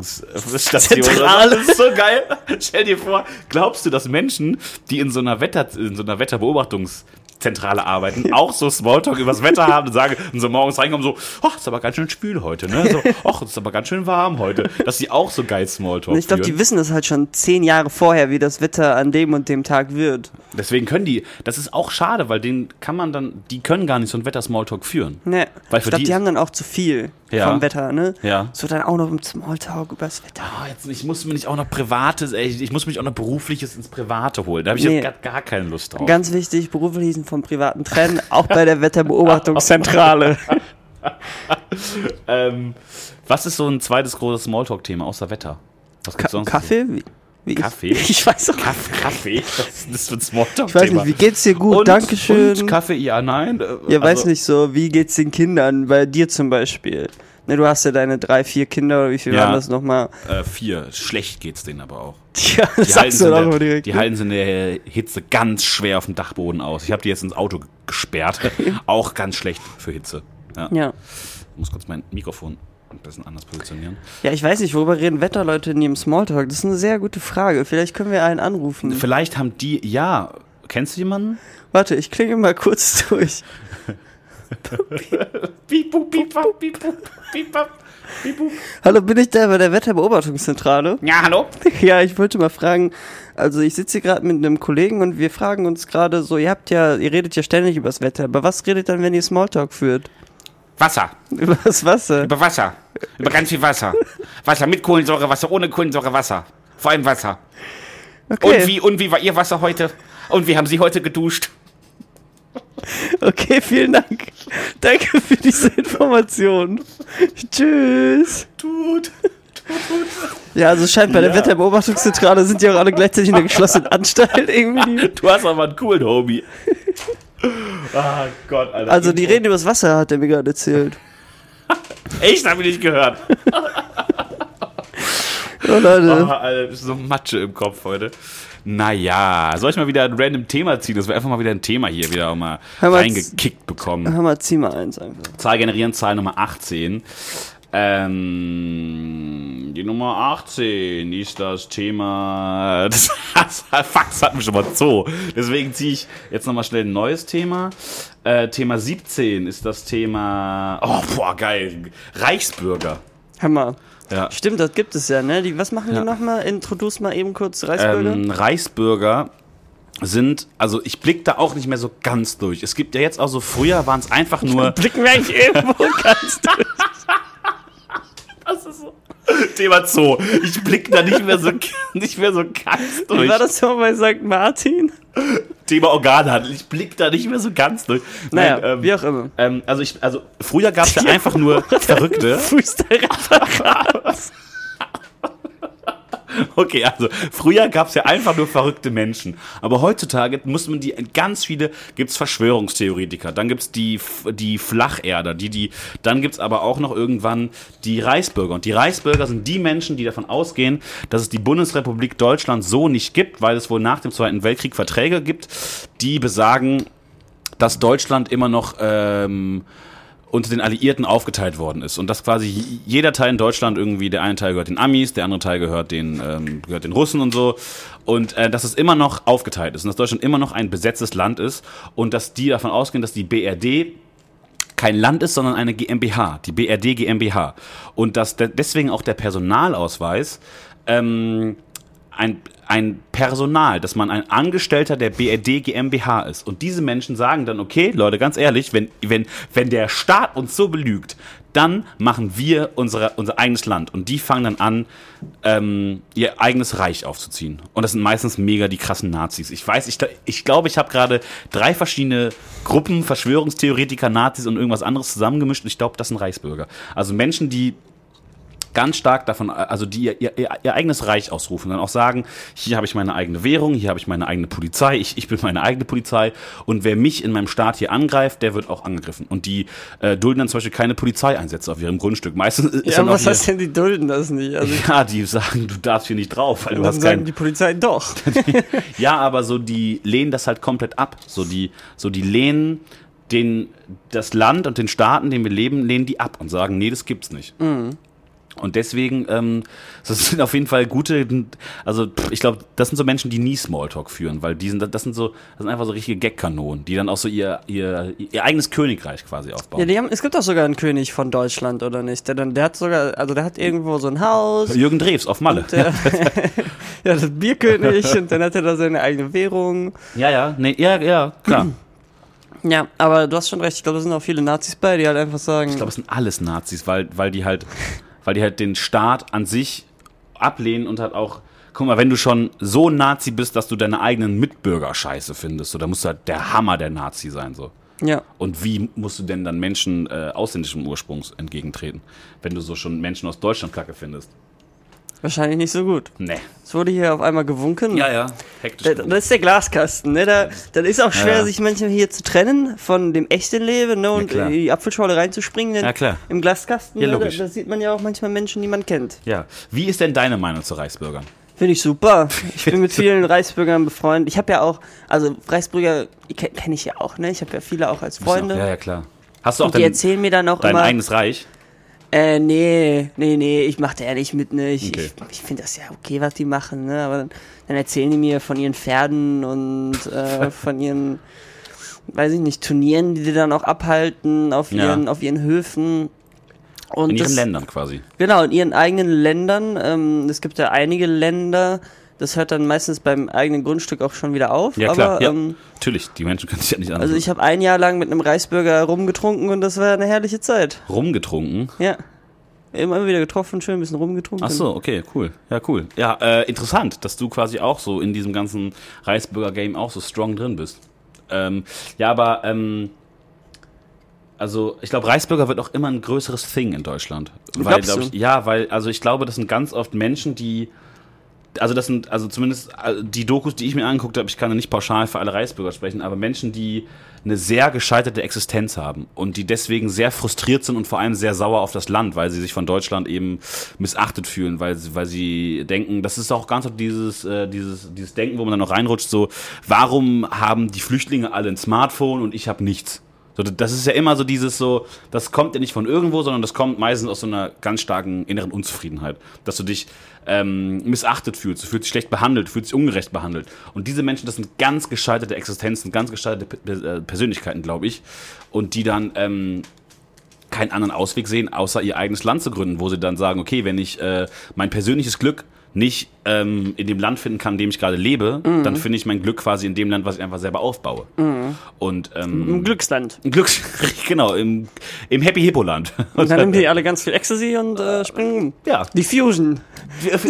S3: Wetterbeobachtungsstation.
S4: Zentrale.
S3: Das ist so geil. Stell dir vor, glaubst du, dass Menschen, die in so einer, Wetter, in so einer Wetterbeobachtungszentrale arbeiten, auch so Smalltalk übers Wetter haben und sagen, und so morgens reinkommen, so, ach, ist aber ganz schön spül heute, ne? So, ach, ist aber ganz schön warm heute. Dass sie auch so geil Smalltalk
S4: Ich glaube,
S3: führen.
S4: die wissen das halt schon zehn Jahre vorher, wie das Wetter an dem und dem Tag wird.
S3: Deswegen können die, das ist auch schade, weil den kann man dann, die können gar nicht so ein Wetter-Smalltalk führen.
S4: Ne.
S3: Weil
S4: ich
S3: für
S4: glaube,
S3: die
S4: die
S3: ist-
S4: haben dann auch zu viel
S3: Ja.
S4: vom Wetter, ne?
S3: Ja.
S4: So dann auch noch im Smalltalk über das Wetter.
S3: Ah, jetzt, ich muss mir nicht auch noch Privates, ey, ich muss mich auch noch Berufliches ins Private holen. Da habe ich
S4: Nee.
S3: jetzt gar, gar keine Lust drauf.
S4: Ganz wichtig, Berufe ließen vom privaten trennen, auch bei der Wetterbeobachtungszentrale.
S3: ähm, was ist so ein zweites großes Smalltalk-Thema außer Wetter? Was gibt's
S4: Ka
S3: sonst?
S4: Kaffee? Wie, wie
S3: Kaffee?
S4: Ich, ich weiß auch
S3: Kaff- Kaffee? Was ist denn das für ein
S4: ich weiß
S3: Smalltalk-Thema?
S4: nicht, wie geht's dir gut?
S3: und,
S4: Dankeschön.
S3: Und Kaffee, ja, nein. äh,
S4: Ja,
S3: also-
S4: weiß nicht so, wie geht's den Kindern? Bei dir zum Beispiel. Ne, du hast ja deine drei, vier Kinder oder wie viel
S3: Ja.
S4: waren das nochmal?
S3: Äh, vier. Schlecht geht's denen aber auch.
S4: Tja, das
S3: Die halten,
S4: sagst
S3: sie
S4: du
S3: in
S4: doch
S3: der,
S4: mal direkt.
S3: die
S4: ne?
S3: halten sie in der Hitze ganz schwer auf dem Dachboden aus. Ich habe die jetzt ins Auto gesperrt. Auch ganz schlecht für Hitze. Ja.
S4: ja.
S3: Ich muss kurz mein Mikrofon ein bisschen anders positionieren.
S4: ja, ich weiß nicht, worüber reden Wetterleute in ihrem Smalltalk? Das ist eine sehr gute Frage. Vielleicht können wir einen anrufen.
S3: Vielleicht haben die, ja, kennst du jemanden?
S4: Warte, ich klinge mal kurz durch.
S3: Piep, bup, piep, bap, piep, bup, piep, bap, piep, bup.
S4: Hallo, bin ich da bei der Wetterbeobachtungszentrale?
S3: Ja, hallo?
S4: Ja, ich wollte mal fragen, also ich sitze hier gerade mit einem Kollegen und wir fragen uns gerade so, ihr habt ja, ihr redet ja ständig über das Wetter, aber was redet dann, wenn ihr Smalltalk führt?
S3: Wasser.
S4: Über das Wasser?
S3: Über Wasser. Über ganz viel Wasser. Wasser mit Kohlensäure, Wasser ohne Kohlensäure, Wasser. Vor allem Wasser.
S4: Okay,
S3: und wie war Ihr Wasser heute? Und wie haben Sie heute geduscht?
S4: okay, vielen Dank. Danke für diese Information. Tschüss.
S3: Tut.
S4: Ja, also es scheint bei der
S3: Ja.
S4: Wetterbeobachtungszentrale sind ja auch alle gleichzeitig in der geschlossenen Anstalt irgendwie.
S3: Du hast aber einen coolen Homie. Ah Gott, Alter.
S4: Also die reden über das Wasser, hat er mir gerade erzählt.
S3: Echt, hab ich nicht gehört.
S4: Oh Leute.
S3: Ah, Alter, das ist so Matsche im Kopf heute. Naja, soll ich mal wieder ein random Thema ziehen, dass wir einfach mal wieder ein Thema hier wieder auch mal
S4: Hör mal,
S3: reingekickt bekommen.
S4: Hammer, zieh mal eins einfach.
S3: Zahl generieren, Zahl Nummer 18. Ähm, die Nummer 18 ist das Thema. Das, fuck, das hatten wir schon mal so. Deswegen ziehe ich jetzt nochmal schnell ein neues Thema. Äh, Thema 17 ist das Thema. Oh, boah, geil. Reichsbürger.
S4: Hammer.
S3: Ja.
S4: Stimmt, das gibt es ja, ne? Die, was machen die nochmal? Introduce mal eben kurz Reisbürger.
S3: ähm, Reichsbürger sind, also ich blick da auch nicht mehr so ganz durch. Es gibt ja jetzt auch so, früher waren es einfach nur.
S4: Blicken wir eigentlich irgendwo ganz durch.
S3: Thema Zoo. Ich blick da nicht mehr so, nicht mehr so ganz durch.
S4: Wie war das schon bei St. Martin?
S3: Thema Organhandel. Ich blick da nicht mehr so ganz durch.
S4: Naja,
S3: Nein, ähm,
S4: wie auch immer.
S3: Ähm, also, ich, also früher gab es ja einfach nur Verrückte. Okay, also früher gab es ja einfach nur verrückte Menschen. Aber heutzutage muss man die ganz viele gibt's Verschwörungstheoretiker, dann gibt's die die Flacherder, die die dann gibt's aber auch noch irgendwann die Reichsbürger und die Reichsbürger sind die Menschen, die davon ausgehen, dass es die Bundesrepublik Deutschland so nicht gibt, weil es wohl nach dem Zweiten Weltkrieg Verträge gibt, die besagen, dass Deutschland immer noch ähm, unter den Alliierten aufgeteilt worden ist und dass quasi j- jeder Teil in Deutschland irgendwie der eine Teil gehört den Amis, der andere Teil gehört den ähm, gehört den Russen und so und äh, dass es immer noch aufgeteilt ist und dass Deutschland immer noch ein besetztes Land ist und dass die davon ausgehen, dass die BRD kein Land ist, sondern eine GmbH, die BRD GmbH und dass de deswegen auch der Personalausweis ähm, ein, ein Personal, dass man ein Angestellter der BRD GmbH ist. Und diese Menschen sagen dann, okay, Leute, ganz ehrlich, wenn, wenn, wenn der Staat uns so belügt, dann machen wir unsere, unser eigenes Land. Und die fangen dann an, ähm, ihr eigenes Reich aufzuziehen. Und das sind meistens mega die krassen Nazis. Ich weiß, ich glaube, ich, glaube, ich habe gerade drei verschiedene Gruppen, Verschwörungstheoretiker, Nazis und irgendwas anderes zusammengemischt. Und ich glaube, das sind Reichsbürger. Also Menschen, die ganz stark davon, also die ihr, ihr, ihr eigenes Reich ausrufen und dann auch sagen, hier habe ich meine eigene Währung, hier habe ich meine eigene Polizei, ich, ich bin meine eigene Polizei und wer mich in meinem Staat hier angreift, der wird auch angegriffen. Und die äh, dulden dann zum Beispiel keine Polizeieinsätze auf ihrem Grundstück. Meistens ist
S4: Ja,
S3: dann auch
S4: was
S3: hier,
S4: heißt denn, die dulden das nicht? Also,
S3: ja, die sagen, du darfst hier nicht drauf, weil du
S4: dann
S3: hast
S4: sagen
S3: keinen
S4: die Polizei doch.
S3: ja, aber so die lehnen das halt komplett ab. So die, so die lehnen den, das Land und den Staaten, in denen wir leben, lehnen die ab und sagen, nee, das gibt's nicht.
S4: Mhm.
S3: Und deswegen, ähm, das sind auf jeden Fall gute, also pff, ich glaube, das sind so Menschen, die nie Smalltalk führen, weil die sind, das sind so, das sind einfach so richtige Gag-Kanonen, die dann auch so ihr, ihr, ihr eigenes Königreich quasi aufbauen.
S4: Ja, die haben, es gibt doch sogar einen König von Deutschland, oder nicht? Der, dann, der hat sogar, also der hat irgendwo so ein Haus,
S3: Jürgen Drews auf Malle.
S4: der, ja, das Bierkönig, und dann hat er da seine eigene Währung.
S3: Ja, ja, nee, ja, ja, klar.
S4: Ja, aber du hast schon recht, ich glaube, da sind auch viele Nazis bei, die halt einfach sagen,
S3: Ich glaube, es sind alles Nazis, weil, weil die halt, weil die halt den Staat an sich ablehnen und halt auch, guck mal, wenn du schon so Nazi bist, dass du deine eigenen Mitbürger scheiße findest, so, dann musst du halt der Hammer der Nazi sein, so.
S4: ja.
S3: Und wie musst du denn dann Menschen äh, ausländischen Ursprungs entgegentreten, wenn du so schon Menschen aus Deutschland kacke findest?
S4: Wahrscheinlich nicht so gut.
S3: Nee.
S4: Es wurde hier auf einmal gewunken.
S3: ja, hektisch.
S4: Da- Das ist der Glaskasten, ne? Da, dann ist auch schwer,
S3: Ja.
S4: sich manchmal hier zu trennen von dem echten Leben, ne? Und
S3: klar.
S4: in die Apfelschorle reinzuspringen. denn
S3: Ja, klar.
S4: Im Glaskasten,
S3: Ja,
S4: ne? da,
S3: logisch.
S4: da sieht man ja auch manchmal Menschen, die man kennt.
S3: ja. Wie ist denn deine Meinung zu Reichsbürgern?
S4: Finde ich super. Ich bin mit vielen Reichsbürgern befreundet. Ich habe ja auch, also Reichsbürger kenne ich ja auch, ne? Ich habe ja viele auch als Freunde.
S3: Ja, ja, klar. Hast du auch
S4: Und die
S3: dein,
S4: erzählen mir dann auch
S3: dein
S4: immer,
S3: eigenes Reich?
S4: äh, nee, nee, nee, ich mache da ehrlich mit, ne? Ich,
S3: Okay.
S4: ich, ich finde das ja okay, was die machen, ne? Aber dann, dann erzählen die mir von ihren Pferden und äh, von ihren, weiß ich nicht, Turnieren, die die dann auch abhalten auf
S3: Ja.
S4: ihren, auf ihren Höfen. Und
S3: In ihren
S4: das-
S3: Ländern quasi.
S4: Genau, in ihren eigenen Ländern. Ähm, es gibt ja einige Länder, das hört dann meistens beim eigenen Grundstück auch schon wieder auf.
S3: Ja,
S4: aber
S3: klar. ja.
S4: ähm,
S3: Natürlich, die Menschen können sich ja nicht anders.
S4: also ich habe ein Jahr lang mit einem Reisbürger rumgetrunken und das war eine herrliche Zeit.
S3: rumgetrunken.
S4: Ja. Immer wieder getroffen, schön ein bisschen rumgetrunken.
S3: Ach so, okay, cool. Ja, cool. Ja, äh, interessant, dass du quasi auch so in diesem ganzen Reichsbürger-Game auch so strong drin bist. Ähm, ja, aber, ähm, also ich glaube, Reichsbürger wird auch immer ein größeres Thing in Deutschland. Weil,
S4: Glaubst
S3: glaub
S4: du?
S3: ich, ja, weil, also ich glaube, das sind ganz oft Menschen, die, also das sind, also zumindest äh, die Dokus, die ich mir angeguckt habe, ich kann ja nicht pauschal für alle Reichsbürger sprechen, aber Menschen, die eine sehr gescheiterte Existenz haben und die deswegen sehr frustriert sind und vor allem sehr sauer auf das Land, weil sie sich von Deutschland eben missachtet fühlen, weil sie, weil sie denken, das ist auch ganz oft dieses, äh, dieses, dieses Denken, wo man dann noch reinrutscht, so, warum haben die Flüchtlinge alle ein Smartphone und ich habe nichts? So, das ist ja immer so dieses so, das kommt ja nicht von irgendwo, sondern das kommt meistens aus so einer ganz starken inneren Unzufriedenheit, dass du dich ähm, missachtet fühlst, du fühlst dich schlecht behandelt, du fühlst dich ungerecht behandelt. Und diese Menschen, das sind ganz gescheiterte Existenzen, ganz gescheiterte Pe- Pe- äh, Persönlichkeiten, glaube ich, und die dann ähm, keinen anderen Ausweg sehen, außer ihr eigenes Land zu gründen, wo sie dann sagen, okay, wenn ich äh, mein persönliches Glück nicht ähm, in dem Land finden kann, in dem ich gerade lebe, dann finde ich mein Glück quasi in dem Land, was ich einfach selber aufbaue. Und ähm,
S4: Im Glücksland.
S3: ein Glücks, genau, im, im Happy Hippo Land.
S4: Und dann nehmen die alle ganz viel Ecstasy und äh, springen rum.
S3: Ja.
S4: Die Fusion.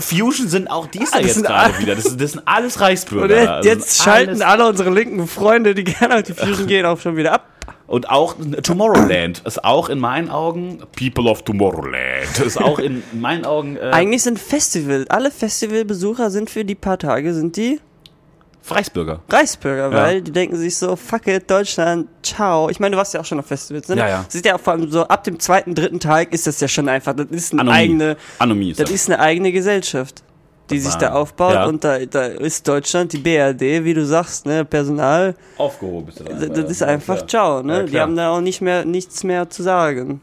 S3: Fusion sind auch diese
S4: Ah, das
S3: jetzt
S4: sind
S3: gerade
S4: alle-
S3: wieder. Das, sind- das sind alles Reichsbürger.
S4: Und
S3: Das
S4: jetzt,
S3: sind
S4: jetzt schalten
S3: also alles-
S4: alle unsere linken Freunde, die gerne auf die Fusion gehen, auch schon wieder ab.
S3: Und auch Tomorrowland ist auch in meinen Augen People of Tomorrowland. Ist auch in meinen Augen äh,
S4: Eigentlich sind Festival, alle Festivalbesucher sind für die paar Tage, sind die
S3: Reichsbürger.
S4: Reichsbürger, weil die denken sich so, fuck it, Deutschland, ciao. Ich meine, du warst ja auch schon auf Festivals, ne?
S3: Ja, ja.
S4: Das ist ja vor allem so, ab dem zweiten, dritten Tag ist das ja schon einfach, das ist eine
S3: Anomie.
S4: eigene,
S3: Anomie ist
S4: das ist eine eigene Gesellschaft, die sich da
S3: Wahnsinn.
S4: aufbaut
S3: Ja.
S4: und da, da ist Deutschland, die BRD, wie du sagst, ne, Personal,
S3: aufgehoben. Ist
S4: das, das ist einfach ciao, ne? die haben da auch nicht mehr, nichts mehr zu sagen.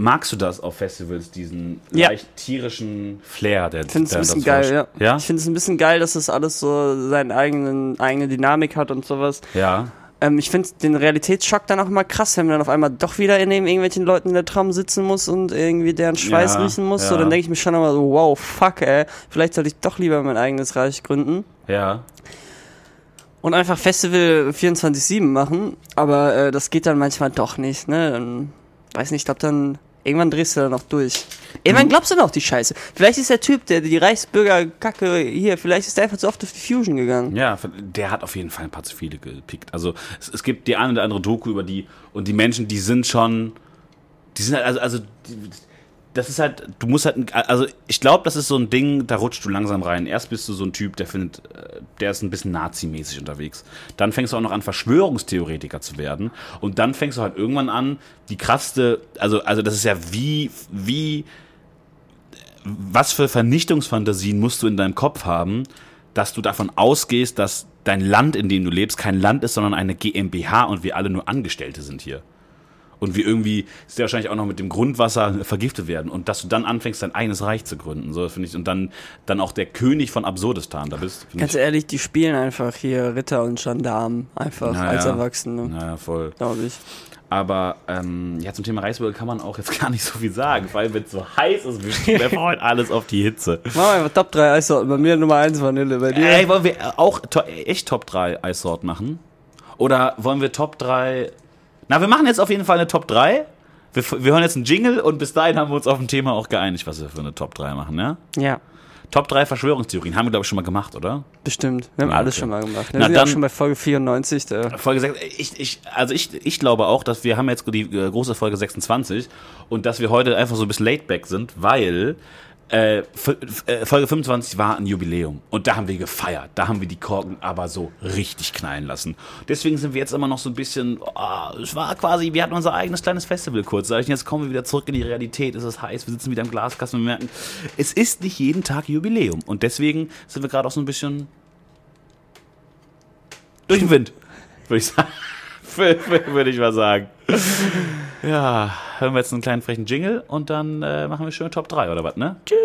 S3: Magst du das auf Festivals, diesen
S4: Ja.
S3: leicht tierischen Flair, der
S4: Ich finde es ein bisschen geil, ja.
S3: Ja?
S4: Ich finde es ein bisschen geil, dass das alles so seine eigenen, eigene Dynamik hat und sowas.
S3: ja.
S4: Ähm, ich finde den Realitätsschock dann auch mal krass, wenn man dann auf einmal doch wieder neben irgendwelchen Leuten in der Tram sitzen muss und irgendwie deren Schweiß
S3: Ja,
S4: riechen muss. So,
S3: ja.
S4: dann denke ich mir schon immer so, wow, fuck, ey. Vielleicht sollte ich doch lieber mein eigenes Reich gründen
S3: Ja.
S4: und einfach Festival 24-7 machen. Aber äh, das geht dann manchmal doch nicht, ne? Dann, weiß nicht, ich glaube dann. Irgendwann drehst du dann auch durch.
S3: Mhm.
S4: Irgendwann glaubst du dann auch die Scheiße. Vielleicht ist der Typ, der die Reichsbürger-Kacke hier, vielleicht ist der einfach zu oft auf die Fusion gegangen.
S3: Ja, der hat auf jeden Fall ein paar zu viele gepickt. Also es, es gibt die eine oder andere Doku über die und die Menschen, die sind schon, die sind halt, also, also die, das ist halt, du musst halt, also ich glaube, das ist so ein Ding, da rutscht du langsam rein. Erst bist du so ein Typ, der findet, äh, der ist ein bisschen nazimäßig unterwegs. Dann fängst du auch noch an, Verschwörungstheoretiker zu werden. Und dann fängst du halt irgendwann an, die krasseste, also, also das ist ja wie, wie, was für Vernichtungsfantasien musst du in deinem Kopf haben, dass du davon ausgehst, dass dein Land, in dem du lebst, kein Land ist, sondern eine GmbH und wir alle nur Angestellte sind hier und wir irgendwie sehr wahrscheinlich auch noch mit dem Grundwasser vergiftet werden und dass du dann anfängst, dein eigenes Reich zu gründen. So, das finde ich, und dann, dann auch der König von Absurdistan da bist. finde
S4: Ganz
S3: ich,
S4: ehrlich, die spielen einfach hier Ritter und Gendarmen einfach
S3: Naja.
S4: als Erwachsene,
S3: Naja, voll.
S4: glaube ich.
S3: Aber ähm, ja, zum Thema Reisbürger kann man auch jetzt gar nicht so viel sagen, weil wenn es so heiß ist, wir werfen heute alles auf die Hitze.
S4: Machen wir einfach Top 3 Eissorten. Bei mir Nummer 1 Vanille, bei dir.
S3: Ey, wollen wir auch to echt Top 3 Eissort machen? Oder wollen wir Top 3. Na, wir machen jetzt auf jeden Fall eine Top 3. Wir, f- wir hören jetzt einen Jingle und bis dahin haben wir uns auf ein Thema auch geeinigt, was wir für eine Top 3 machen, ja?
S4: Ja,
S3: Top 3 Verschwörungstheorien haben wir, glaube ich, schon mal gemacht, oder?
S4: bestimmt. Wir haben
S3: Ja,
S4: alles
S3: okay.
S4: schon mal gemacht. Wir
S3: Na
S4: sind ja auch
S3: dann-
S4: schon bei Folge 94. Da.
S3: Folge 6, ich, ich, also ich, ich glaube auch, dass wir haben jetzt die äh, große Folge 26 und dass wir heute einfach so ein bisschen laid back sind, weil äh, f- f- äh, Folge 25 war ein Jubiläum und da haben wir gefeiert, da haben wir die Korken aber so richtig knallen lassen. Deswegen sind wir jetzt immer noch so ein bisschen, ah, es war quasi, wir hatten unser eigenes kleines Festival kurz, und jetzt kommen wir wieder zurück in die Realität, es ist heiß, wir sitzen wieder im Glaskasten und wir merken, es ist nicht jeden Tag Jubiläum und deswegen sind wir gerade auch so ein bisschen durch den Wind, würde ich sagen. würde ich mal sagen. Ja, hören wir jetzt einen kleinen frechen Jingle und dann äh, machen wir schöne Top 3 oder was, ne? Tschüss.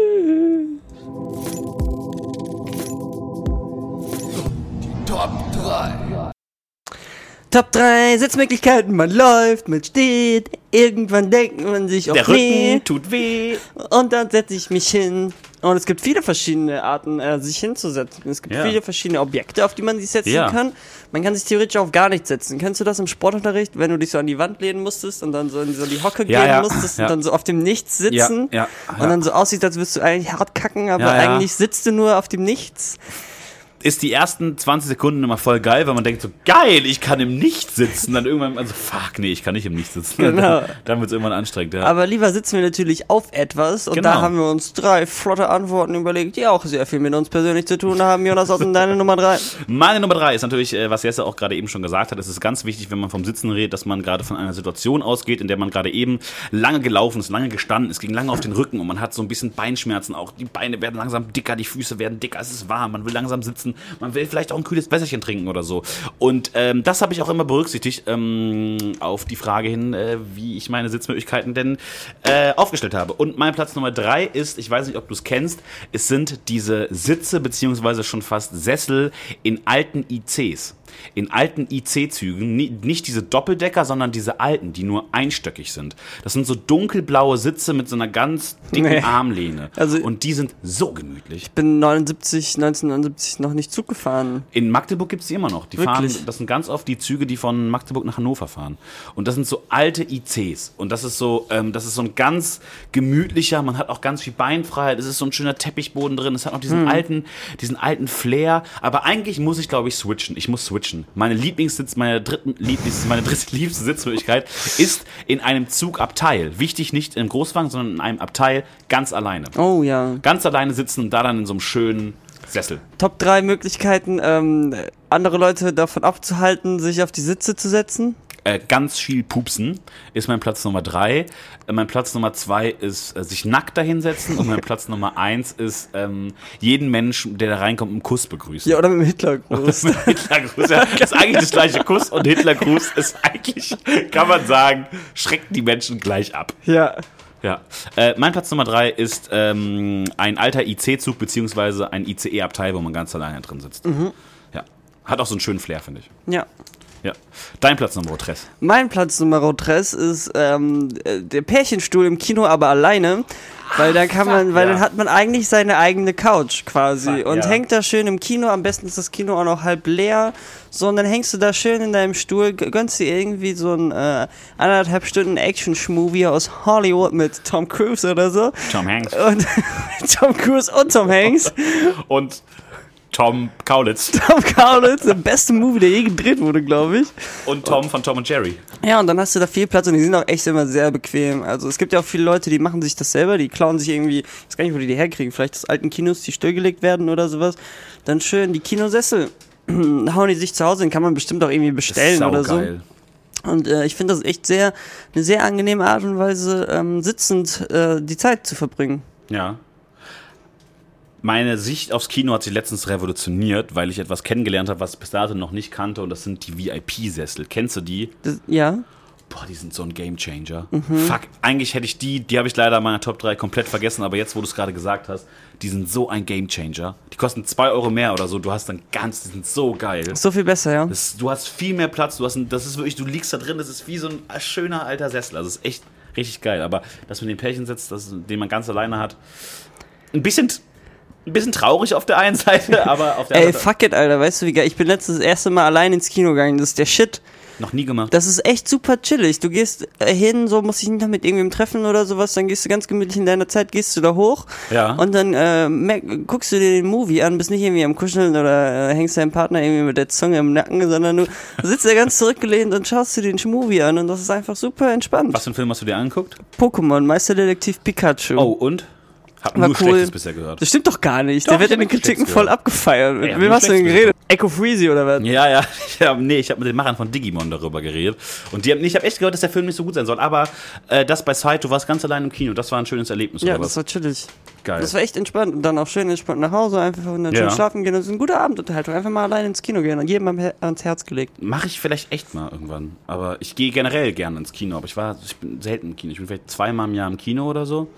S4: Top 3 Sitzmöglichkeiten. Man läuft, man steht. Irgendwann denkt man sich,
S3: Der
S4: okay.
S3: Rücken tut weh.
S4: Und dann setze ich mich hin. Und es gibt viele verschiedene Arten, äh, sich hinzusetzen. Es gibt
S3: Ja.
S4: viele verschiedene Objekte, auf die man sich setzen
S3: Ja.
S4: kann. Man kann sich theoretisch auf gar nichts setzen. Kennst du das im Sportunterricht, wenn du dich so an die Wand lehnen musstest und dann so in so die Hocke
S3: Ja,
S4: gehen
S3: ja.
S4: musstest
S3: Ja.
S4: und dann so auf dem Nichts sitzen
S3: Ja, ja,
S4: und
S3: ja.
S4: dann so aussieht, als würdest du eigentlich hart kacken, aber
S3: Ja, ja.
S4: eigentlich sitzt du nur auf dem Nichts.
S3: Ist die ersten 20 Sekunden immer voll geil, weil man denkt so, geil, ich kann im Nichts sitzen. Dann irgendwann, also fuck, nee, ich kann nicht im Nichts sitzen.
S4: Genau.
S3: Dann, dann wird es irgendwann anstrengend, ja.
S4: Aber lieber sitzen wir natürlich auf etwas und da
S3: Genau.
S4: haben wir uns drei flotte Antworten überlegt, die auch sehr viel mit uns persönlich zu tun haben. Jonas, was sind deine Nummer drei?
S3: Meine Nummer drei ist natürlich, äh, was Jesse auch gerade eben schon gesagt hat, es ist ganz wichtig, wenn man vom Sitzen redet, dass man gerade von einer Situation ausgeht, in der man gerade eben lange gelaufen ist, lange gestanden ist, ging lange auf den Rücken und man hat so ein bisschen Beinschmerzen auch. Die Beine werden langsam dicker, die Füße werden dicker, es ist warm, man will langsam sitzen, man will vielleicht auch ein kühles Wässerchen trinken oder so. Und ähm, das habe ich auch immer berücksichtigt ähm, auf die Frage hin, äh, wie ich meine Sitzmöglichkeiten denn äh, aufgestellt habe. Und mein Platz Nummer drei ist, ich weiß nicht, ob du es kennst, es sind diese Sitze beziehungsweise schon fast Sessel in alten ICs. In alten IC-Zügen, ni- nicht diese Doppeldecker, sondern diese alten, die nur einstöckig sind. Das sind so dunkelblaue Sitze mit so einer ganz dicken
S4: Nee.
S3: Armlehne.
S4: Also-
S3: Und die sind so gemütlich.
S4: Bin 79, 1979 noch nicht Zug gefahren.
S3: In Magdeburg gibt's die immer noch. Die fahren,
S4: Wirklich?
S3: das sind ganz oft die Züge, die von Magdeburg nach Hannover fahren. Und das sind so alte ICs. Und das ist so, ähm, das ist so ein ganz gemütlicher, man hat auch ganz viel Beinfreiheit, es ist so ein schöner Teppichboden drin, es hat noch diesen
S4: Hm.
S3: alten, diesen alten Flair. Aber eigentlich muss ich, glaube ich, switchen. Ich muss switchen. Meine Lieblingssitz, meine dritten Lieblings, meine drittliebste Sitzmöglichkeit ist in einem Zugabteil. Wichtig nicht im Großwagen, sondern in einem Abteil ganz alleine.
S4: Oh ja.
S3: Ganz alleine sitzen und da dann in so einem schönen Sessel.
S4: Top 3 Möglichkeiten, ähm, andere Leute davon abzuhalten, sich auf die Sitze zu setzen.
S3: äh, ganz viel pupsen ist mein Platz Nummer drei. Äh, mein Platz Nummer zwei ist äh, sich nackt dahinsetzen und mein Platz Nummer eins ist ähm, jeden Menschen, der da reinkommt, einen Kuss begrüßen.
S4: Ja, oder mit dem Hitlergruß.
S3: Hitlergruß ja, ist eigentlich das gleiche Kuss und Hitlergruß ist eigentlich, kann man sagen, schreckt die Menschen gleich ab.
S4: ja.
S3: Ja. Äh, mein Platz Nummer drei ist ähm, ein alter IC-Zug beziehungsweise ein ICE-Abteil, wo man ganz alleine drin sitzt. Ja. Hat auch so einen schönen Flair, finde ich.
S4: Ja.
S3: Ja. Dein Platz Nummer drei.
S4: Mein Platz Nummer 3 ist ähm, äh, der Pärchenstuhl im Kino, aber alleine. Weil da kann man, weil
S3: ja.
S4: dann hat man eigentlich seine eigene Couch quasi
S3: Fuck,
S4: und
S3: ja.
S4: hängt da schön im Kino. Am besten ist das Kino auch noch halb leer. So, und dann hängst du da schön in deinem Stuhl, g- gönnst dir irgendwie so ein äh, anderthalb Stunden Action-Schmovie aus Hollywood mit Tom Cruise oder so.
S3: Tom Hanks.
S4: Und Tom Cruise und Tom Hanks.
S3: Und Tom Kaulitz
S4: Tom Kaulitz, der beste Movie, der je gedreht wurde, glaube ich.
S3: und Tom von Tom und Jerry.
S4: Ja, und dann hast du da viel Platz und die sind auch echt immer sehr bequem. Also es gibt ja auch viele Leute, die machen sich das selber, die klauen sich irgendwie, ich weiß gar nicht, wo die die herkriegen, vielleicht aus alten Kinos, die stillgelegt werden oder sowas. Dann schön die Kinosessel. Hauen die sich zu Hause, den kann man bestimmt auch irgendwie bestellen oder so.
S3: Saugeil.
S4: Und äh, ich finde das echt sehr, eine sehr angenehme Art und Weise, ähm, sitzend äh, die Zeit zu verbringen.
S3: Ja. Meine Sicht aufs Kino hat sich letztens revolutioniert, weil ich etwas kennengelernt habe, was ich bis dato noch nicht kannte, und das sind die VIP-Sessel. Kennst du die?
S4: Das, ja.
S3: Boah, die sind so ein Gamechanger.
S4: Mhm.
S3: Fuck, eigentlich hätte ich die, die habe ich leider in meiner Top 3 komplett vergessen, aber jetzt, wo du es gerade gesagt hast, die sind so ein Gamechanger. Die kosten 2 Euro mehr oder so, du hast dann ganz, die sind so geil.
S4: So viel besser, ja.
S3: Das, du hast viel mehr Platz, du hast ein, das ist wirklich, du liegst da drin, das ist wie so ein schöner alter Sessel. Also ist echt richtig geil. Aber dass man den Pärchen sitzt, das, den man ganz alleine hat, ein bisschen, ein bisschen traurig auf der einen Seite, aber auf der
S4: Ey,
S3: anderen Seite
S4: fuck it, Alter, weißt du wie geil? Ich bin letztens das erste Mal allein ins Kino gegangen, das ist der Shit.
S3: noch nie gemacht.
S4: Das ist echt super chillig. Du gehst äh, hin, so musst dich nicht noch mit irgendwem treffen oder sowas, dann gehst du ganz gemütlich in deiner Zeit, gehst du da hoch
S3: Ja.
S4: und dann äh, merk, guckst du dir den Movie an, bist nicht irgendwie am Kuscheln oder äh, hängst deinem Partner irgendwie mit der Zunge im Nacken, sondern du sitzt da ganz zurückgelehnt und schaust dir den Movie an und das ist einfach super entspannt.
S3: Was für einen Film hast du dir angeguckt?
S4: Pokémon, Meisterdetektiv Pikachu.
S3: Oh, und? Hab
S4: War
S3: nur
S4: cool.
S3: Schlechtes bisher gehört.
S4: Das stimmt doch gar nicht.
S3: Doch,
S4: der wird
S3: ich
S4: in den
S3: hab auch
S4: Kritiken
S3: Schlechtes
S4: voll
S3: gehört.
S4: abgefeiert.
S3: hab
S4: Mit
S3: nur
S4: wem hast du denn
S3: Schlechtes
S4: geredet? Echo Freezy oder was?
S3: Ja, ja, ich hab, nee, ich habe mit den Machern von Digimon darüber geredet. Und die haben, nee, ich habe echt gehört, dass der Film nicht so gut sein soll. Aber äh, das bei Side, du warst ganz allein im Kino. Das war ein schönes Erlebnis.
S4: Ja,
S3: oder was?
S4: das war chillig.
S3: geil.
S4: Das war echt entspannt und dann auch schön entspannt nach Hause, einfach und dann
S3: Ja.
S4: schön schlafen gehen. Das ist eine gute Abendunterhaltung. Einfach mal alleine ins Kino gehen und jedem am Her- ans Herz gelegt.
S3: Mache ich vielleicht echt mal irgendwann. Aber ich gehe generell gerne ins Kino. Aber ich war, ich bin selten im Kino. Ich bin vielleicht zweimal im Jahr im Kino oder so.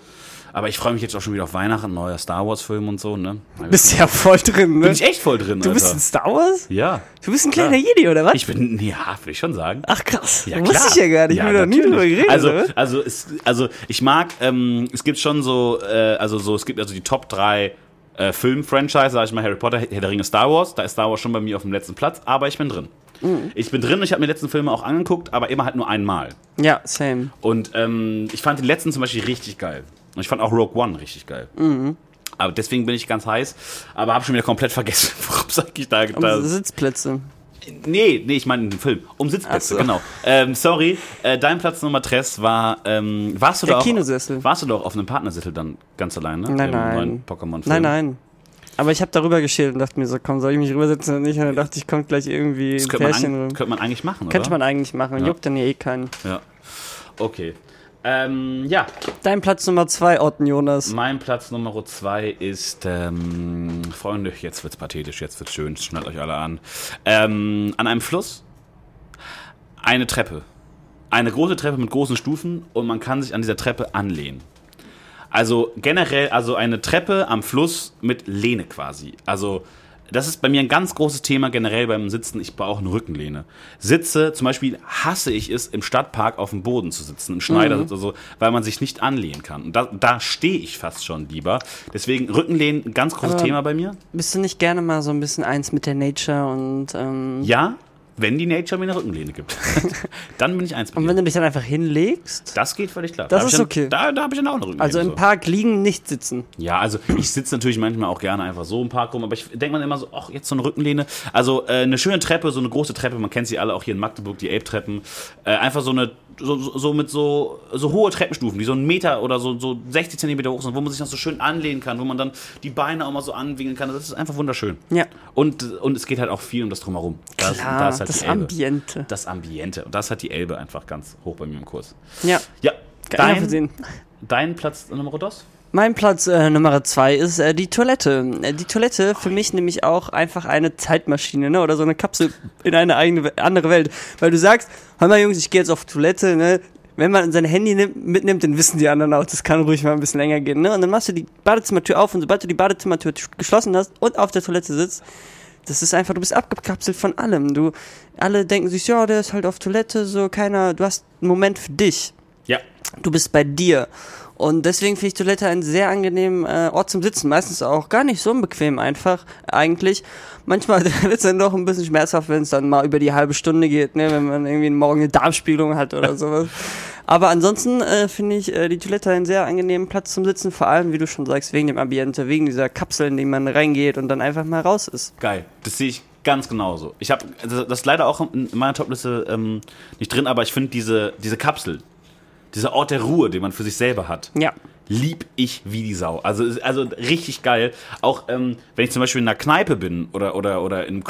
S3: Aber ich freue mich jetzt auch schon wieder auf Weihnachten, neuer Star Wars-Film und so, ne?
S4: Bist ja voll drin, ne?
S3: bin ich echt voll drin,
S4: du bist
S3: Alter.
S4: ein Star Wars?
S3: ja.
S4: Du bist ein kleiner
S3: Klar.
S4: Jedi, oder was?
S3: Ich bin, ja, will ich schon sagen.
S4: Ach krass.
S3: Ja,
S4: Wusste
S3: klar.
S4: ich ja gar nicht. Ich
S3: Ja,
S4: bin noch nie
S3: natürlich.
S4: drüber geredet.
S3: Also,
S4: oder?
S3: also, es, also ich mag, ähm, es gibt schon so, äh, also so, es gibt also die Top 3 äh, Film-Franchise, sag ich mal, Harry Potter, Herr der Ringe, Star Wars. Da ist Star Wars schon bei mir auf dem letzten Platz, aber ich bin drin.
S4: Mm.
S3: Ich bin drin, ich habe mir die letzten Filme auch angeguckt, aber immer halt nur einmal.
S4: Ja, same.
S3: Und ähm, ich fand den letzten zum Beispiel richtig geil. Und ich fand auch Rogue One richtig geil.
S4: Mm.
S3: Aber deswegen bin ich ganz heiß, aber habe schon wieder komplett vergessen, worum es eigentlich da
S4: Um
S3: getan
S4: Sitzplätze.
S3: Nee, nee, ich meine den Film. Um Sitzplätze,
S4: Ach so.
S3: genau. Ähm, sorry, äh, dein Platz Nummer 3 war, ähm, warst du
S4: Der
S3: da auch,
S4: Kinosessel.
S3: Warst du doch auf einem Partnersittel dann ganz allein, ne?
S4: Nein,
S3: Im
S4: nein.
S3: neuen Pokémon-Film.
S4: Nein, nein. Aber ich habe darüber geschält und dachte mir so, komm, soll ich mich rübersetzen oder nicht? Und dann dachte ich, kommt gleich irgendwie
S3: Das
S4: ein
S3: könnte man,
S4: Pärchen
S3: an,
S4: rum.
S3: könnte man eigentlich machen,
S4: Könnte
S3: oder?
S4: man eigentlich machen.
S3: Ja.
S4: Juckt dann ja eh keinen.
S3: Ja. Okay. Ähm, ja,
S4: Dein Platz Nummer zwei, Orten Jonas.
S3: mein Platz Nummer 2 ist, ähm, Freunde, jetzt wird's pathetisch, jetzt wird's schön, schnallt euch alle an. Ähm, an einem Fluss eine Treppe. Eine große Treppe mit großen Stufen und man kann sich an dieser Treppe anlehnen. Also generell, also eine Treppe am Fluss mit Lehne quasi. Also das ist bei mir ein ganz großes Thema generell beim Sitzen. Ich brauche eine Rückenlehne. Sitze, zum Beispiel hasse ich es, im Stadtpark auf dem Boden zu sitzen, im
S4: Mhm.
S3: Schneidersitz oder so, weil man sich nicht anlehnen kann. Und da, da stehe ich fast schon lieber. Deswegen Rückenlehnen, ein ganz großes
S4: Ähm,
S3: Thema bei mir.
S4: Bist du nicht gerne mal so ein bisschen eins mit der Nature und ähm,
S3: Ja, wenn die Nature mir eine Rückenlehne gibt. dann bin ich eins mit
S4: und
S3: ihr.
S4: wenn du dich dann einfach hinlegst?
S3: Das geht völlig klar.
S4: Das
S3: Da hab
S4: ist
S3: ich dann,
S4: okay.
S3: Da, da habe ich dann auch eine Rückenlehne.
S4: Also
S3: so.
S4: im Park liegen, nicht sitzen.
S3: Ja, also ich sitze natürlich manchmal auch gerne einfach so im Park rum, aber ich denke mal immer so, ach, jetzt so eine Rückenlehne. Also äh, eine schöne Treppe, so eine große Treppe, man kennt sie alle auch hier in Magdeburg, die Elbtreppen. Äh, einfach so eine, so, so so mit so, so hohe Treppenstufen, die so einen Meter oder so, so 60 Zentimeter hoch sind, wo man sich noch so schön anlehnen kann, wo man dann die Beine auch mal so anwinkeln kann. Das ist einfach wunderschön.
S4: Ja.
S3: Und, und es geht halt auch viel um das Drumherum. Da ist-
S4: Klar,
S3: da ist halt
S4: das
S3: die Elbe.
S4: Ambiente.
S3: Das Ambiente. Und das hat die Elbe einfach ganz hoch bei mir im Kurs.
S4: Ja.
S3: Ja,
S4: Kann ich
S3: dein,
S4: sehen.
S3: dein Platz Nummer dos?
S4: Mein Platz äh, Nummer zwei ist äh, die Toilette. Äh, die Toilette für mich nämlich auch einfach eine Zeitmaschine, ne? Oder so eine Kapsel in eine eigene We- andere Welt. Weil du sagst, hör mal Jungs, ich gehe jetzt auf Toilette, ne? Wenn man sein Handy nimmt, mitnimmt, dann wissen die anderen auch, das kann ruhig mal ein bisschen länger gehen, ne? Und dann machst du die Badezimmertür auf und sobald du die Badezimmertür t- geschlossen hast und auf der Toilette sitzt, das ist einfach, du bist abgekapselt von allem. Du, alle denken sich, ja, der ist halt auf Toilette, so keiner, du hast einen Moment für dich.
S3: Ja.
S4: du bist bei dir. Und deswegen finde ich Toilette einen sehr angenehmen äh, Ort zum Sitzen. Meistens auch gar nicht so unbequem einfach, eigentlich. Manchmal wird es dann doch ein bisschen schmerzhaft, wenn es dann mal über die halbe Stunde geht, ne? wenn man irgendwie morgen eine Darmspiegelung hat oder sowas. Aber ansonsten äh, finde ich äh, die Toilette einen sehr angenehmen Platz zum Sitzen, vor allem, wie du schon sagst, wegen dem Ambiente, wegen dieser Kapsel, in die man reingeht und dann einfach mal raus ist.
S3: Geil. Das sehe ich ganz genauso. Ich habe das ist leider auch in meiner Topliste ähm, nicht drin, aber ich finde diese, diese Kapsel, dieser Ort der Ruhe, den man für sich selber hat,
S4: Ja.
S3: lieb ich wie die Sau. Also, es ist- also richtig geil. Auch ähm, wenn ich zum Beispiel in einer Kneipe bin oder oder oder in,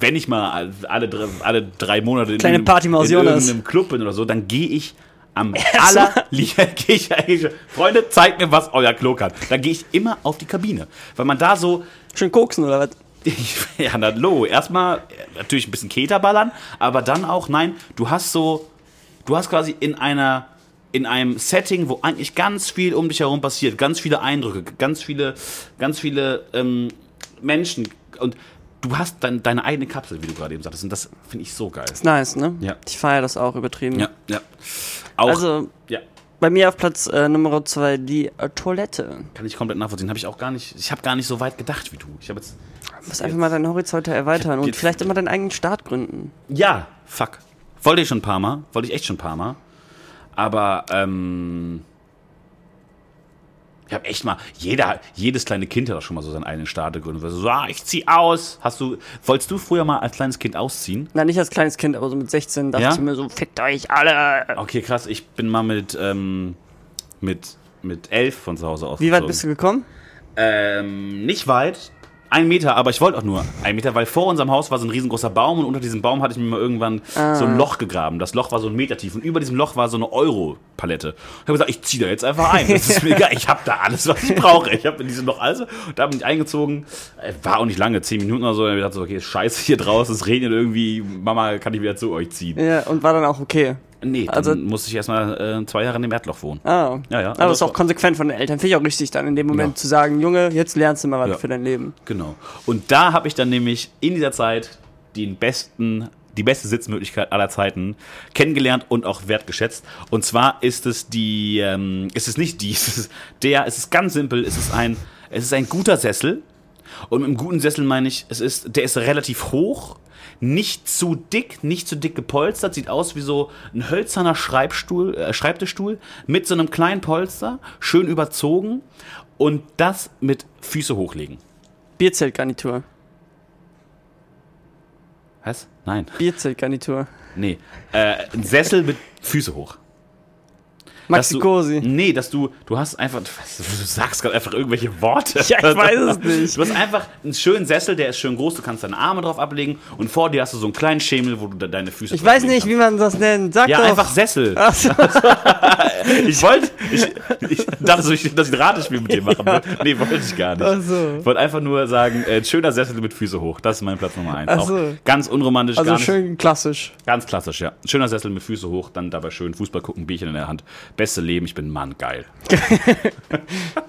S3: wenn ich mal alle drei, alle drei Monate in,
S4: Kleine
S3: irgendeinem-
S4: Partymaus
S3: in
S4: Jonas.
S3: irgendeinem Club bin oder so, dann gehe ich am allerliebsten. gehe ich eigentlich- Freunde, zeigt mir, was euer Klo kann. Dann gehe ich immer auf die Kabine, weil man da so
S4: Schön koksen oder was?
S3: ich, ja, na, lo. Erstmal äh, natürlich ein bisschen Keter ballern, aber dann auch, nein, du hast so, du hast quasi in einer, in einem Setting, wo eigentlich ganz viel um dich herum passiert, ganz viele Eindrücke, ganz viele, ganz viele ähm, Menschen und du hast dann deine eigene Kapsel, wie du gerade eben sagtest, und das finde ich so geil.
S4: Nice, ne?
S3: Ja.
S4: Ich feiere das auch übertrieben.
S3: Ja, ja. Auch,
S4: Also,
S3: ja,
S4: bei mir auf Platz äh, Nummer zwei die äh, Toilette.
S3: kann ich komplett nachvollziehen. Habe ich auch gar nicht, ich habe gar nicht so weit gedacht wie du. Ich habe jetzt,
S4: Du musst einfach mal deinen Horizont erweitern und
S3: jetzt-
S4: vielleicht immer deinen eigenen Start gründen.
S3: Ja, fuck. Wollte ich schon ein paar Mal. Wollte ich echt schon ein paar Mal. Aber, ähm. Ich hab echt mal, jeder, jedes kleine Kind hat auch schon mal so seinen eigenen Staat gegründet. So, ah, ich zieh aus. Hast du, wolltest du früher mal als kleines Kind ausziehen?
S4: Na, nicht als kleines Kind, aber so mit 16 dachte
S3: Ja?
S4: ich mir so, fickt euch alle.
S3: Okay, krass. Ich bin mal mit, ähm, mit, mit elf von zu Hause aus.
S4: Wie weit bist du gekommen?
S3: Ähm, nicht weit. Ein Meter, aber ich wollte auch nur ein Meter, weil vor unserem Haus war so ein riesengroßer Baum und unter diesem Baum hatte ich mir mal irgendwann
S4: Ah.
S3: so ein Loch gegraben. Das Loch war so ein Meter tief und über diesem Loch war so eine Euro-Palette. Ich habe gesagt, ich ziehe da jetzt einfach ein. Das ist mir egal. Ich habe da alles, was ich brauche. Ich habe in diesem Loch alles. Und da bin ich eingezogen. Äh, War auch nicht lange, zehn Minuten oder so. Dann habe ich gedacht, so, okay, ist scheiße hier draußen, es regnet irgendwie. Mama, kann ich wieder zu euch ziehen?
S4: Ja, und war dann auch okay.
S3: Nee, dann
S4: Also-
S3: musste ich erstmal äh, zwei Jahre in dem Erdloch wohnen.
S4: Ah.
S3: Ja, Also ja.
S4: Aber ist auch konsequent von den Eltern. Finde ich auch richtig, dann in dem Moment
S3: Ja.
S4: zu sagen, Junge, jetzt lernst du mal was
S3: Ja.
S4: für dein Leben.
S3: Genau. Und da habe ich dann nämlich in dieser Zeit den besten, die beste Sitzmöglichkeit aller Zeiten kennengelernt und auch wertgeschätzt. Und zwar ist es die, ähm, ist es nicht die, es ist der, es ist ganz simpel, es ist ein, es ist ein guter Sessel. Und mit einem guten Sessel meine ich, es ist, der ist relativ hoch, nicht zu dick, nicht zu dick gepolstert, sieht aus wie so ein hölzerner Schreibstuhl, äh, Schreibtischstuhl mit so einem kleinen Polster, schön überzogen und das mit Füße hochlegen.
S4: Bierzeltgarnitur.
S3: Was? Nein.
S4: Bierzeltgarnitur.
S3: Nee. Äh, ein Sessel mit Füße hoch. Dass
S4: Maxi
S3: du-
S4: Cosi.
S3: Nee, dass du, du hast einfach, was, du sagst gerade einfach irgendwelche Worte.
S4: Ja, ich weiß es nicht.
S3: Du hast einfach einen schönen Sessel, der ist schön groß, du kannst deine Arme drauf ablegen und vor dir hast du so einen kleinen Schemel, wo du de- deine Füße
S4: Ich weiß
S3: drauflegen
S4: nicht, wie man das nennt. Sag
S3: kannst. Ja,
S4: doch.
S3: einfach Sessel.
S4: Ach so.
S3: Ich wollte, ich, ich dachte, so, ich, dass ich ein Ratespiel mit dir machen will. Nee, wollte ich gar nicht.
S4: Ach so.
S3: Ich wollte einfach nur sagen, äh, schöner Sessel mit Füße hoch. Das ist mein Platz Nummer eins.
S4: Ach so.
S3: Auch ganz unromantisch,
S4: Also
S3: gar nicht
S4: schön klassisch.
S3: Ganz klassisch, ja. Schöner Sessel mit Füße hoch, dann dabei schön Fußball gucken, Bierchen in der Hand. Beste Leben, ich bin ein Mann, geil.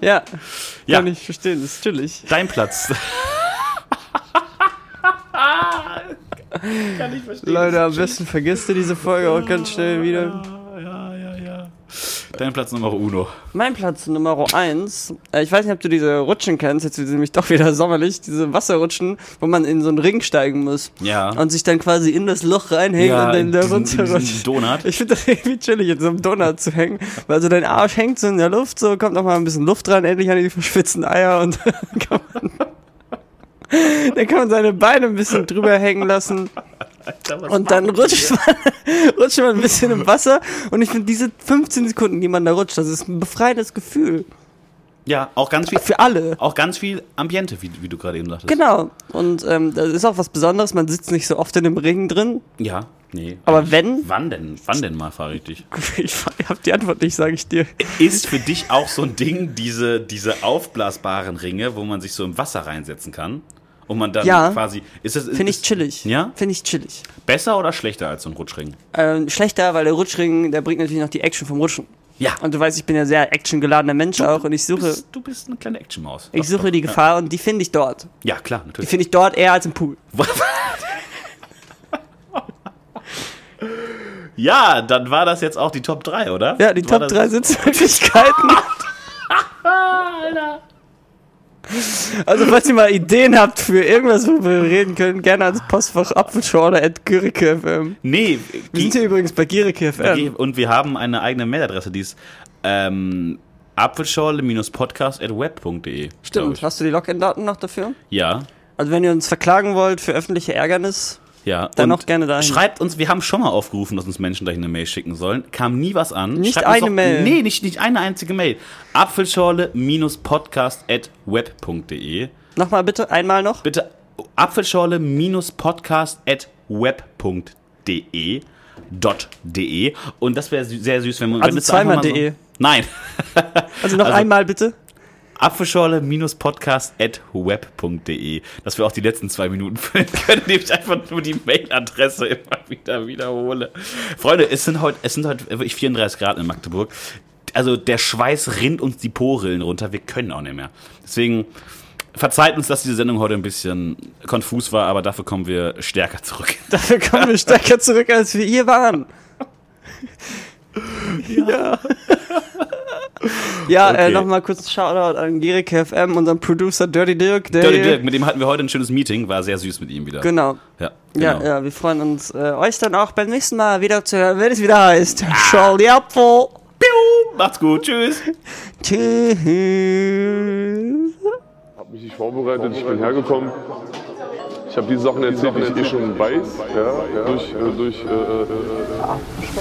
S4: Ja.
S3: Ja.
S4: Kann ich verstehen, das ist chillig.
S3: Dein Platz.
S4: Leute, am besten vergisst du diese Folge auch ganz schnell wieder.
S3: Dein Platz Nummer Uno.
S4: Mein Platz Nummer eins. Äh, Ich weiß nicht, ob du diese Rutschen kennst. Jetzt wird sie nämlich doch wieder sommerlich. Diese Wasserrutschen, wo man in so einen Ring steigen muss.
S3: Ja.
S4: Und sich dann quasi in das Loch reinhängt und dann da runterrutscht.
S3: Donut.
S4: Ich finde das irgendwie chillig, in so einem Donut zu hängen, weil so dein Arsch hängt so in der Luft, so kommt noch mal ein bisschen Luft dran, endlich an die verschwitzten Eier und dann kann man, dann kann man seine Beine ein bisschen drüber hängen lassen und dann rutscht man, rutscht man ein bisschen im Wasser und ich finde diese 15 Sekunden, die man da rutscht, das ist ein befreiendes Gefühl
S3: Ja, auch ganz viel,
S4: für alle.
S3: auch ganz viel Ambiente, wie, wie du gerade eben sagtest.
S4: Genau und ähm, das ist auch was Besonderes, man sitzt nicht so oft in dem Ring drin,
S3: Ja, nee.
S4: aber wenn,
S3: Wann denn? Wann denn mal, frage ich dich.
S4: ich habe die Antwort nicht, sage ich dir.
S3: Ist für dich auch so ein Ding, diese, diese aufblasbaren Ringe, wo man sich so im Wasser reinsetzen kann? Und man dann
S4: Ja.
S3: quasi. Ist es-
S4: Finde ich
S3: ist-
S4: chillig.
S3: Ja?
S4: Finde ich chillig.
S3: Besser oder schlechter als so ein Rutschring?
S4: Ähm, schlechter, weil der Rutschring, der bringt natürlich noch die Action vom Rutschen.
S3: Ja.
S4: Und du weißt, ich bin ja sehr actiongeladener Mensch auch und ich
S3: Du
S4: suche,
S3: bist, du bist eine kleine Actionmaus.
S4: Äh, ich suche die Gefahr und die finde ich dort.
S3: Ja, klar,
S4: Die
S3: natürlich.
S4: finde ich dort eher als im Pool.
S3: Ja, dann war das jetzt auch die Top 3, oder?
S4: Ja, die
S3: War
S4: Top
S3: das-
S4: 3 Sitzmöglichkeiten. Also, falls ihr mal Ideen habt für irgendwas, worüber wir reden können, gerne ans Postfach apfelschorle.gürike.fm.
S3: Nee,
S4: Wir sind hier übrigens bei Gürike
S3: die,
S4: FM.
S3: und wir haben eine eigene Mailadresse, die ist ähm, apfelschorle-podcast.web.de. glaub
S4: Stimmt.
S3: ich.
S4: Hast du die Login-Daten noch dafür?
S3: Ja.
S4: Also, wenn ihr uns verklagen wollt für öffentliche Ärgernis,
S3: Ja,
S4: Dann
S3: und
S4: auch gerne dahin.
S3: Schreibt uns, wir haben schon mal aufgerufen, dass uns Menschen gleich eine Mail schicken sollen. Kam nie was an.
S4: Nicht
S3: Schreibt uns
S4: eine Mail.
S3: Nee, nicht, nicht eine einzige Mail. Apfelschorle-podcast.web.de.
S4: nochmal bitte, einmal noch.
S3: Bitte Apfelschorle-podcast.web.de. Dot .de. Und das wäre sü- sehr süß, wenn man.
S4: Also
S3: wenn es
S4: zweimal
S3: einfach mal
S4: de.
S3: Nein.
S4: Also, noch
S3: Also-
S4: einmal bitte.
S3: Apfelschorle-podcast.web.de. Dass wir auch die letzten zwei Minuten füllen können, indem ich einfach nur die Mailadresse immer wieder wiederhole. Freunde, es sind heute, es sind heute wirklich 34 Grad in Magdeburg. Also der Schweiß rinnt uns die Porillen runter. Wir können auch nicht mehr. Deswegen verzeiht uns, dass diese Sendung heute ein bisschen konfus war, aber dafür kommen wir stärker zurück.
S4: Dafür kommen wir stärker zurück, als wir hier waren. Ja. Ja, äh,
S3: Okay.
S4: nochmal kurz Shoutout an Gerike FM, unseren Producer Dirty Dirk. Der
S3: Dirty Dirk, mit dem hatten wir heute ein schönes Meeting. War sehr süß mit ihm wieder.
S4: Genau.
S3: Ja,
S4: Ja, ja, wir freuen uns, äh, euch dann auch beim nächsten Mal wieder zu hören, wenn es wieder heißt.
S3: Ah.
S4: Charlie Apfel.
S3: Piu, macht's gut. Tschüss.
S4: Tschüss.
S6: habe mich nicht vorbereitet, ich bin hergekommen. Ich habe die Sachen erzählt, die ich eh schon weiß, ja, durch, äh, durch äh, äh, äh,